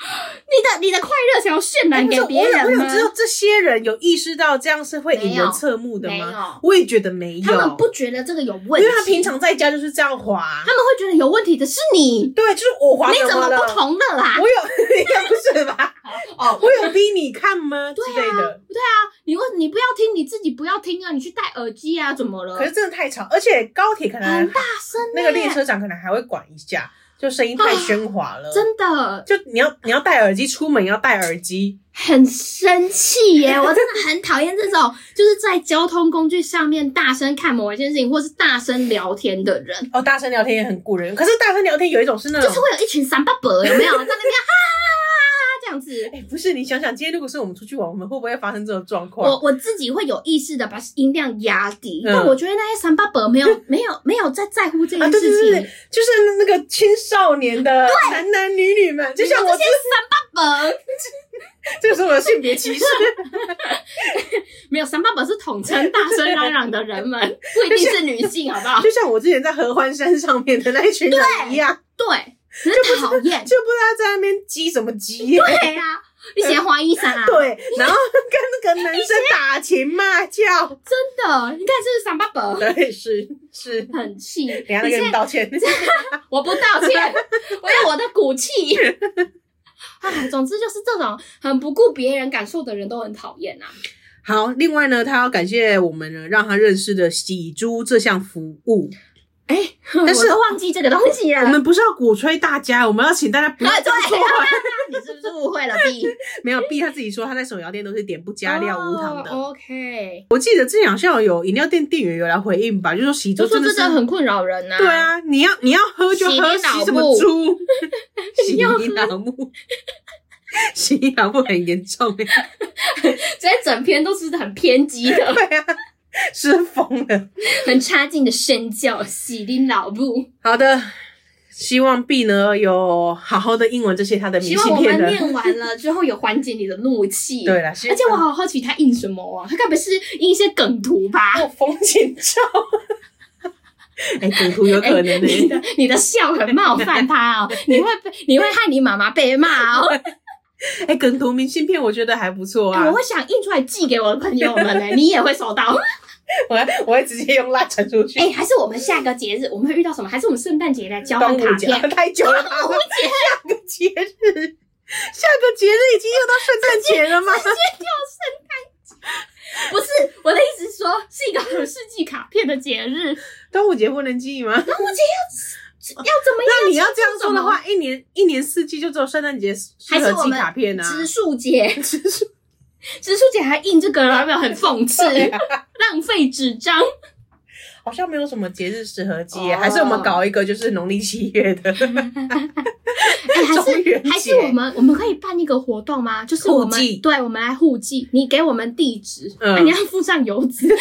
[SPEAKER 1] 你的快乐想要渲染给
[SPEAKER 2] 我
[SPEAKER 1] 别
[SPEAKER 2] 哎想我
[SPEAKER 1] 人吗
[SPEAKER 2] 想？知道这些人有意识到这样是会引人侧目的
[SPEAKER 1] 没
[SPEAKER 2] 吗？
[SPEAKER 1] 有，
[SPEAKER 2] 我也觉得没有，
[SPEAKER 1] 他们不觉得这个有问
[SPEAKER 2] 因
[SPEAKER 1] 题，
[SPEAKER 2] 为他平常在家就是这样滑
[SPEAKER 1] 他，们会觉得有问题的是你，
[SPEAKER 2] 对，就是我滑
[SPEAKER 1] 你怎
[SPEAKER 2] 么
[SPEAKER 1] 么
[SPEAKER 2] 了
[SPEAKER 1] 不？同了啦？
[SPEAKER 2] 我有，应该不是吧？
[SPEAKER 1] 哦， 啊
[SPEAKER 2] 我有逼你看吗？之类的。
[SPEAKER 1] 你问你不要听，你自己不要听啊，你去戴耳机啊，怎么了？
[SPEAKER 2] 可是真的太吵，而且高铁可能
[SPEAKER 1] 很大声欸，
[SPEAKER 2] 那个列车长可能还会管一下，就声音太喧哗了。
[SPEAKER 1] 啊真的
[SPEAKER 2] 就你要你要戴耳机出门，要戴耳机。
[SPEAKER 1] 很生气耶！ 我真的很讨厌这种就是在交通工具上面大声看某一件事情，或是大声聊天的人，
[SPEAKER 2] 哦，大声聊天也很雇人，可是大声聊天有一种是那
[SPEAKER 1] 就
[SPEAKER 2] 种
[SPEAKER 1] 是。会有一群三八伯有没有在那边哈哈 哈哈这样子。
[SPEAKER 2] 哎、不是，你想想，今天如果是我们出去玩，我们会不会发生这种状况？
[SPEAKER 1] 我我自己会有意识的把音量压低，
[SPEAKER 2] 嗯
[SPEAKER 1] 但我觉得那些三八伯没有没有没有在在乎这
[SPEAKER 2] 啊，
[SPEAKER 1] 件
[SPEAKER 2] 对对
[SPEAKER 1] 事
[SPEAKER 2] 对
[SPEAKER 1] 情
[SPEAKER 2] 对，，就是那个青少年的男男女女们，就像我这
[SPEAKER 1] 三八伯
[SPEAKER 2] 这是我的性别歧 视，
[SPEAKER 1] 没有三八伯是统称大声嚷嚷的人们，不一定是女性，好不好？
[SPEAKER 2] 就像我之前在合欢山上面的那一群人一样，
[SPEAKER 1] 对，很讨厌。
[SPEAKER 2] 就不知道在那边激什么激、
[SPEAKER 1] 对呀、啊，你喜欢黄医生啊？
[SPEAKER 2] 对， 然后跟那个男生打情骂俏，
[SPEAKER 1] 真的，你看是不是三八伯？
[SPEAKER 2] 对，是是，
[SPEAKER 1] 很气，
[SPEAKER 2] 等一下再
[SPEAKER 1] 你
[SPEAKER 2] 跟
[SPEAKER 1] 现
[SPEAKER 2] 你
[SPEAKER 1] 在
[SPEAKER 2] 道歉。
[SPEAKER 1] 我不道 歉，我有我的骨气。 哎，总之就是这种很不顾别人感受的人都很讨厌啊。
[SPEAKER 2] 好，另外呢，他要感谢我们呢，让他认识的洗猪这项服 务。
[SPEAKER 1] 哎、
[SPEAKER 2] 但是
[SPEAKER 1] 我都忘记这个东西了
[SPEAKER 2] 我。们不是要鼓吹大家，我们要请大家不要
[SPEAKER 1] 哎
[SPEAKER 2] 这么做
[SPEAKER 1] 对。 你是不是误会了 B？
[SPEAKER 2] 没有 B 他自己说他在手摇店都是点不加料无糖的。
[SPEAKER 1] 哦 OK，
[SPEAKER 2] 我记得之前好像有饮料店店员有来回应吧，就说喜
[SPEAKER 1] 就说
[SPEAKER 2] 猪真的
[SPEAKER 1] 这
[SPEAKER 2] 是
[SPEAKER 1] 真的很困扰人呐、
[SPEAKER 2] 对，啊，你要你要喝就喝，
[SPEAKER 1] 洗你脑
[SPEAKER 2] 洗什么
[SPEAKER 1] 木
[SPEAKER 2] 猪？洗
[SPEAKER 1] 要喝
[SPEAKER 2] 你脑木， 洗你脑木很严重欸，
[SPEAKER 1] 所以整篇都是很偏激的、
[SPEAKER 2] 对啊，是疯了。
[SPEAKER 1] 很差劲的身教，洗你脑部。
[SPEAKER 2] 好的，希望 B 呢有好好的应完这些他的
[SPEAKER 1] 希
[SPEAKER 2] 明
[SPEAKER 1] 望
[SPEAKER 2] 信
[SPEAKER 1] 我
[SPEAKER 2] 片
[SPEAKER 1] 们
[SPEAKER 2] 的。
[SPEAKER 1] 念完了之后有缓解你的怒气。
[SPEAKER 2] 对了，而
[SPEAKER 1] 而且我好好奇他印什么啊？他该不是印一些梗图吧？
[SPEAKER 2] 有哦风景照， 哎，梗图有
[SPEAKER 1] 哎
[SPEAKER 2] 可能的、
[SPEAKER 1] 你的 你的笑很冒犯他哦，你会被你会害你妈妈被骂哦。
[SPEAKER 2] 哎、梗图明信片我觉得还不错啊。
[SPEAKER 1] 哎我会想印出来寄给我的朋友们呢，你也会收 到。
[SPEAKER 2] 我还我会直接用蜡传出去。
[SPEAKER 1] 哎，还是我们下个节日我们会遇到什么？还是我们圣诞节来交
[SPEAKER 2] 端
[SPEAKER 1] 换
[SPEAKER 2] 午
[SPEAKER 1] 卡
[SPEAKER 2] 节
[SPEAKER 1] 片？
[SPEAKER 2] 太久 了，端午节下个节日，下个节日已经又到圣诞节 了吗？
[SPEAKER 1] 不是我的意思是说，是一个有世纪卡片的节日。
[SPEAKER 2] 端午节不能寄 吗？
[SPEAKER 1] 端午节要要怎么样？
[SPEAKER 2] 那你要这样说的话，一年一年四季就只有圣诞节适
[SPEAKER 1] 还是
[SPEAKER 2] 合
[SPEAKER 1] 我
[SPEAKER 2] 寄
[SPEAKER 1] 们
[SPEAKER 2] 卡片啊。
[SPEAKER 1] 植树节，
[SPEAKER 2] 植树
[SPEAKER 1] 植树节还印这个了，有没有很讽刺？
[SPEAKER 2] 对啊
[SPEAKER 1] 浪费纸张，
[SPEAKER 2] 好像没有什么节日适合寄耶，
[SPEAKER 1] 哦
[SPEAKER 2] 还是我们搞一个就是农历七月 的
[SPEAKER 1] 哎、还
[SPEAKER 2] 中元
[SPEAKER 1] 是
[SPEAKER 2] 节
[SPEAKER 1] 还是我们我们可以办一个活动吗？就是我
[SPEAKER 2] 互
[SPEAKER 1] 们
[SPEAKER 2] 寄
[SPEAKER 1] 对，我们来互寄，你给我们地址，
[SPEAKER 2] 嗯
[SPEAKER 1] 啊你要附上邮资。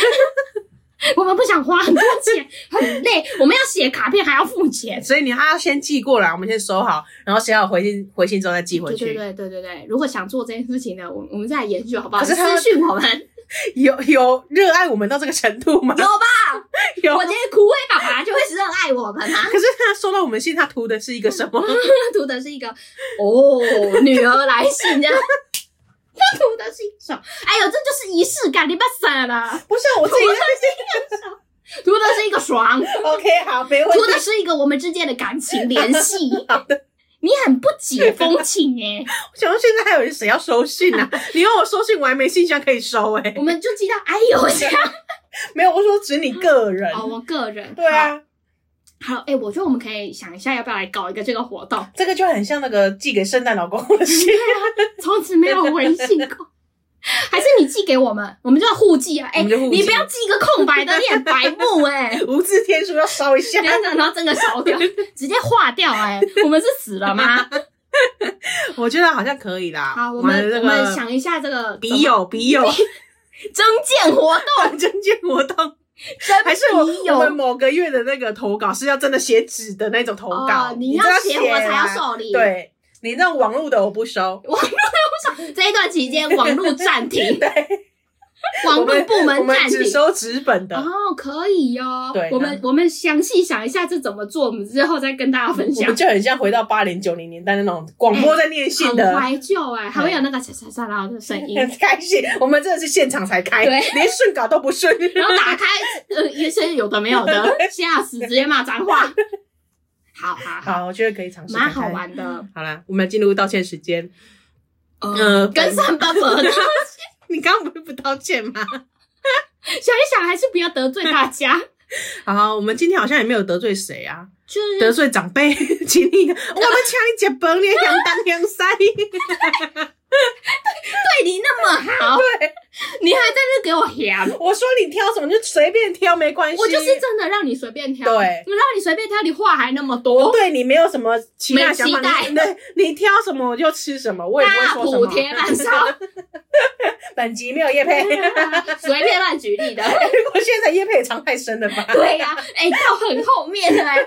[SPEAKER 1] 我们不想花很多钱，很累，我们要写卡片还要付钱。
[SPEAKER 2] 所以你还要先寄过来，我们先收好，然后写好回信，回信之后再寄回
[SPEAKER 1] 对
[SPEAKER 2] 去。
[SPEAKER 1] 对对对对对，如果想做这件事情呢，我我们再来研究好不好？
[SPEAKER 2] 可是他
[SPEAKER 1] 私讯我们，
[SPEAKER 2] 有有热爱我们到这个程度 吗？
[SPEAKER 1] 有吧？
[SPEAKER 2] 有。
[SPEAKER 1] 我觉得枯萎爸爸就会是热爱我们 啊。
[SPEAKER 2] 可是他收到我们信，他图的是一个什么？
[SPEAKER 1] 他图的是一个哦，女儿来信这 样。他图的是一种，哎呦，这就是仪式感，你别傻了。
[SPEAKER 2] 不是我自己
[SPEAKER 1] 图的是一个 爽，
[SPEAKER 2] OK，好，没问
[SPEAKER 1] 图
[SPEAKER 2] 题。
[SPEAKER 1] 的是一个我们之间的感情联系。 你很不解风情哎、
[SPEAKER 2] 我想说现在还有人谁要收 信啊？你要我收信，我还没信箱可以收哎、
[SPEAKER 1] 我们就知道，哎呦，这样
[SPEAKER 2] 没有，我说指你个人。
[SPEAKER 1] 哦，我个人
[SPEAKER 2] 对，啊，
[SPEAKER 1] 好，好哎、我觉得我们可以想一下，要不要来搞一个这个活动，
[SPEAKER 2] 这个就很像那个寄给圣诞老公公的 信。
[SPEAKER 1] 从此没有回信 过。还是你寄给我们，我们就要互寄啊！哎、
[SPEAKER 2] 我们就互寄
[SPEAKER 1] 你不要寄一个空白的，你很白目哎、
[SPEAKER 2] 无字天书要 烧一下
[SPEAKER 1] 不，要讲到整个烧掉，直接化掉、哎，我们是死了 吗？
[SPEAKER 2] 我觉得好像可以啦。
[SPEAKER 1] 好，我
[SPEAKER 2] 的
[SPEAKER 1] 们
[SPEAKER 2] 这
[SPEAKER 1] 我们
[SPEAKER 2] 个
[SPEAKER 1] 想一下这个
[SPEAKER 2] 笔友笔 友
[SPEAKER 1] 征件活动，
[SPEAKER 2] 征件活动，
[SPEAKER 1] 征
[SPEAKER 2] 还是我
[SPEAKER 1] 笔友
[SPEAKER 2] 我们某个月的那个投稿是要真的写纸的那种投稿
[SPEAKER 1] 哦，，你
[SPEAKER 2] 真的
[SPEAKER 1] 要写我才要
[SPEAKER 2] 啊。
[SPEAKER 1] 受理。，
[SPEAKER 2] 对你那种网络的我不收，
[SPEAKER 1] 网络又不收，这一段期间网络暂停，
[SPEAKER 2] 对，
[SPEAKER 1] 网
[SPEAKER 2] 我
[SPEAKER 1] 络
[SPEAKER 2] 们
[SPEAKER 1] 部
[SPEAKER 2] 我
[SPEAKER 1] 门
[SPEAKER 2] 们
[SPEAKER 1] 暂
[SPEAKER 2] 只
[SPEAKER 1] 停。
[SPEAKER 2] 收纸本的。
[SPEAKER 1] 哦，可以哟。
[SPEAKER 2] 对
[SPEAKER 1] 我们我们详细想一下这怎么做，我们之后再跟大家分
[SPEAKER 2] 我
[SPEAKER 1] 享
[SPEAKER 2] 们。就很像回到八零九零年代那种广播在念信的
[SPEAKER 1] 很，怀旧哎，还会有那个沙沙沙啦的声音，
[SPEAKER 2] 很开心。我们真的是现场才开，
[SPEAKER 1] 对
[SPEAKER 2] 连顺稿都不顺。
[SPEAKER 1] 然后打开，呃，一些有的没有的，吓死，直接骂脏话。好好好，
[SPEAKER 2] 好，我觉得可以尝试，
[SPEAKER 1] 蛮好。玩的。
[SPEAKER 2] 好啦，我们进入道歉时间。
[SPEAKER 1] 呃，
[SPEAKER 2] 嗯
[SPEAKER 1] 跟上班吧。
[SPEAKER 2] 你刚刚不是不道歉吗？
[SPEAKER 1] 想一想，还是不要得罪大家。
[SPEAKER 2] 好，我们今天好像也没有得罪谁啊，
[SPEAKER 1] 就是
[SPEAKER 2] 得罪长辈， 请你，我们请你解崩，你两当两 塞，
[SPEAKER 1] 对你那么好，
[SPEAKER 2] 对，
[SPEAKER 1] 你还在那给我喊，
[SPEAKER 2] 我说你挑什么就随便挑，没关系，
[SPEAKER 1] 我就是真的让你随便挑，
[SPEAKER 2] 对
[SPEAKER 1] 我让你随便挑，你话还那么多，
[SPEAKER 2] 对你没有什么其他
[SPEAKER 1] 没
[SPEAKER 2] 想法，
[SPEAKER 1] 期待
[SPEAKER 2] 你 对你挑什么我就吃什么，我也不会
[SPEAKER 1] 大
[SPEAKER 2] 说什
[SPEAKER 1] 补
[SPEAKER 2] 么。
[SPEAKER 1] 贴烂烧，
[SPEAKER 2] 本集没有叶 配，
[SPEAKER 1] 随便乱举例的。
[SPEAKER 2] 如果现在叶配也藏太深了吧？
[SPEAKER 1] 对呀、哎、到很后面了、哎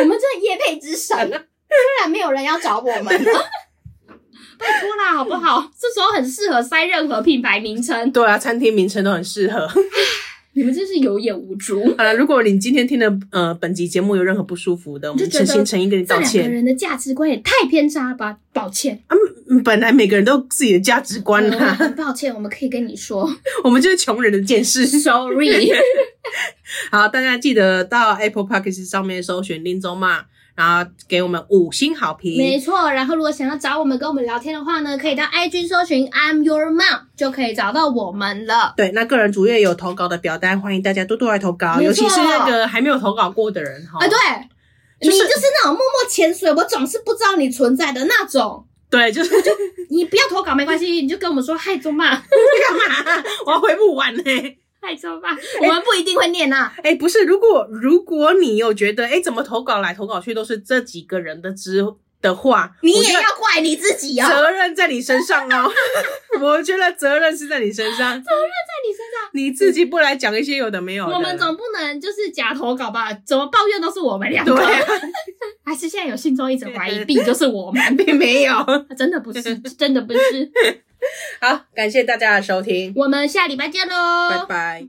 [SPEAKER 1] 我们这夜配之神，虽然没有人要找我们了。 拜托啦，好不好？这时候很适合塞任何品牌名称，
[SPEAKER 2] 对啊，餐厅名称都很适合。
[SPEAKER 1] 你们真是有眼无珠。
[SPEAKER 2] 好了，如果你今天听的呃本集节目有任何不舒服的，我
[SPEAKER 1] 就
[SPEAKER 2] 们
[SPEAKER 1] 觉得
[SPEAKER 2] 诚心诚意跟你
[SPEAKER 1] 这
[SPEAKER 2] 道
[SPEAKER 1] 两个
[SPEAKER 2] 歉。
[SPEAKER 1] 人的价值观也太偏差了吧？抱歉，
[SPEAKER 2] 嗯本来每个人都有自己的价值观
[SPEAKER 1] 呃
[SPEAKER 2] 啦、
[SPEAKER 1] 很抱歉，我们可以跟你说
[SPEAKER 2] 我们就是穷人的见识。
[SPEAKER 1] sorry。
[SPEAKER 2] 好，大家记得到 Apple Podcast 上面搜寻林中嘛，然后给我们五星好
[SPEAKER 1] 没
[SPEAKER 2] 评。
[SPEAKER 1] 错，然后如果想要找我们跟我们聊天的话呢，可以到 IG 搜寻 I'm Your Mom 就可以找到我们了。
[SPEAKER 2] 对，那个人主页有投稿的表单，欢迎大家多多来投稿，
[SPEAKER 1] 没错
[SPEAKER 2] 尤其是那个还没有投稿过的人哈。
[SPEAKER 1] 啊，对，
[SPEAKER 2] 哦就是
[SPEAKER 1] 你就是那种默默潜水，我总是不知道你存在的那种。
[SPEAKER 2] 对， 就是
[SPEAKER 1] 你不要投稿没关系，你就跟我们说嗨中嘛，
[SPEAKER 2] 干嘛？我要回不完呢、
[SPEAKER 1] 嗨中嘛， 我们不一定会念啊。
[SPEAKER 2] 哎、不是，如果如果你有觉得，哎、怎么投稿来投稿去都是这几个人的之的话，
[SPEAKER 1] 你
[SPEAKER 2] 我
[SPEAKER 1] 也
[SPEAKER 2] 觉得
[SPEAKER 1] 要怪你自己哦，在
[SPEAKER 2] 责任在你身上哦。 我觉得责任是在你身上，
[SPEAKER 1] 你身上。
[SPEAKER 2] 你自己不来讲一些有的没有的。
[SPEAKER 1] 我们总不能就是假投稿吧？怎么抱怨都是我们两个？
[SPEAKER 2] 对、啊，
[SPEAKER 1] 还是现在有信中一直怀疑病就是我们？
[SPEAKER 2] 并没有。
[SPEAKER 1] 真的不是， 真的不是。
[SPEAKER 2] 好，感谢大家的收听，
[SPEAKER 1] 我们下礼拜见喽，
[SPEAKER 2] 拜拜。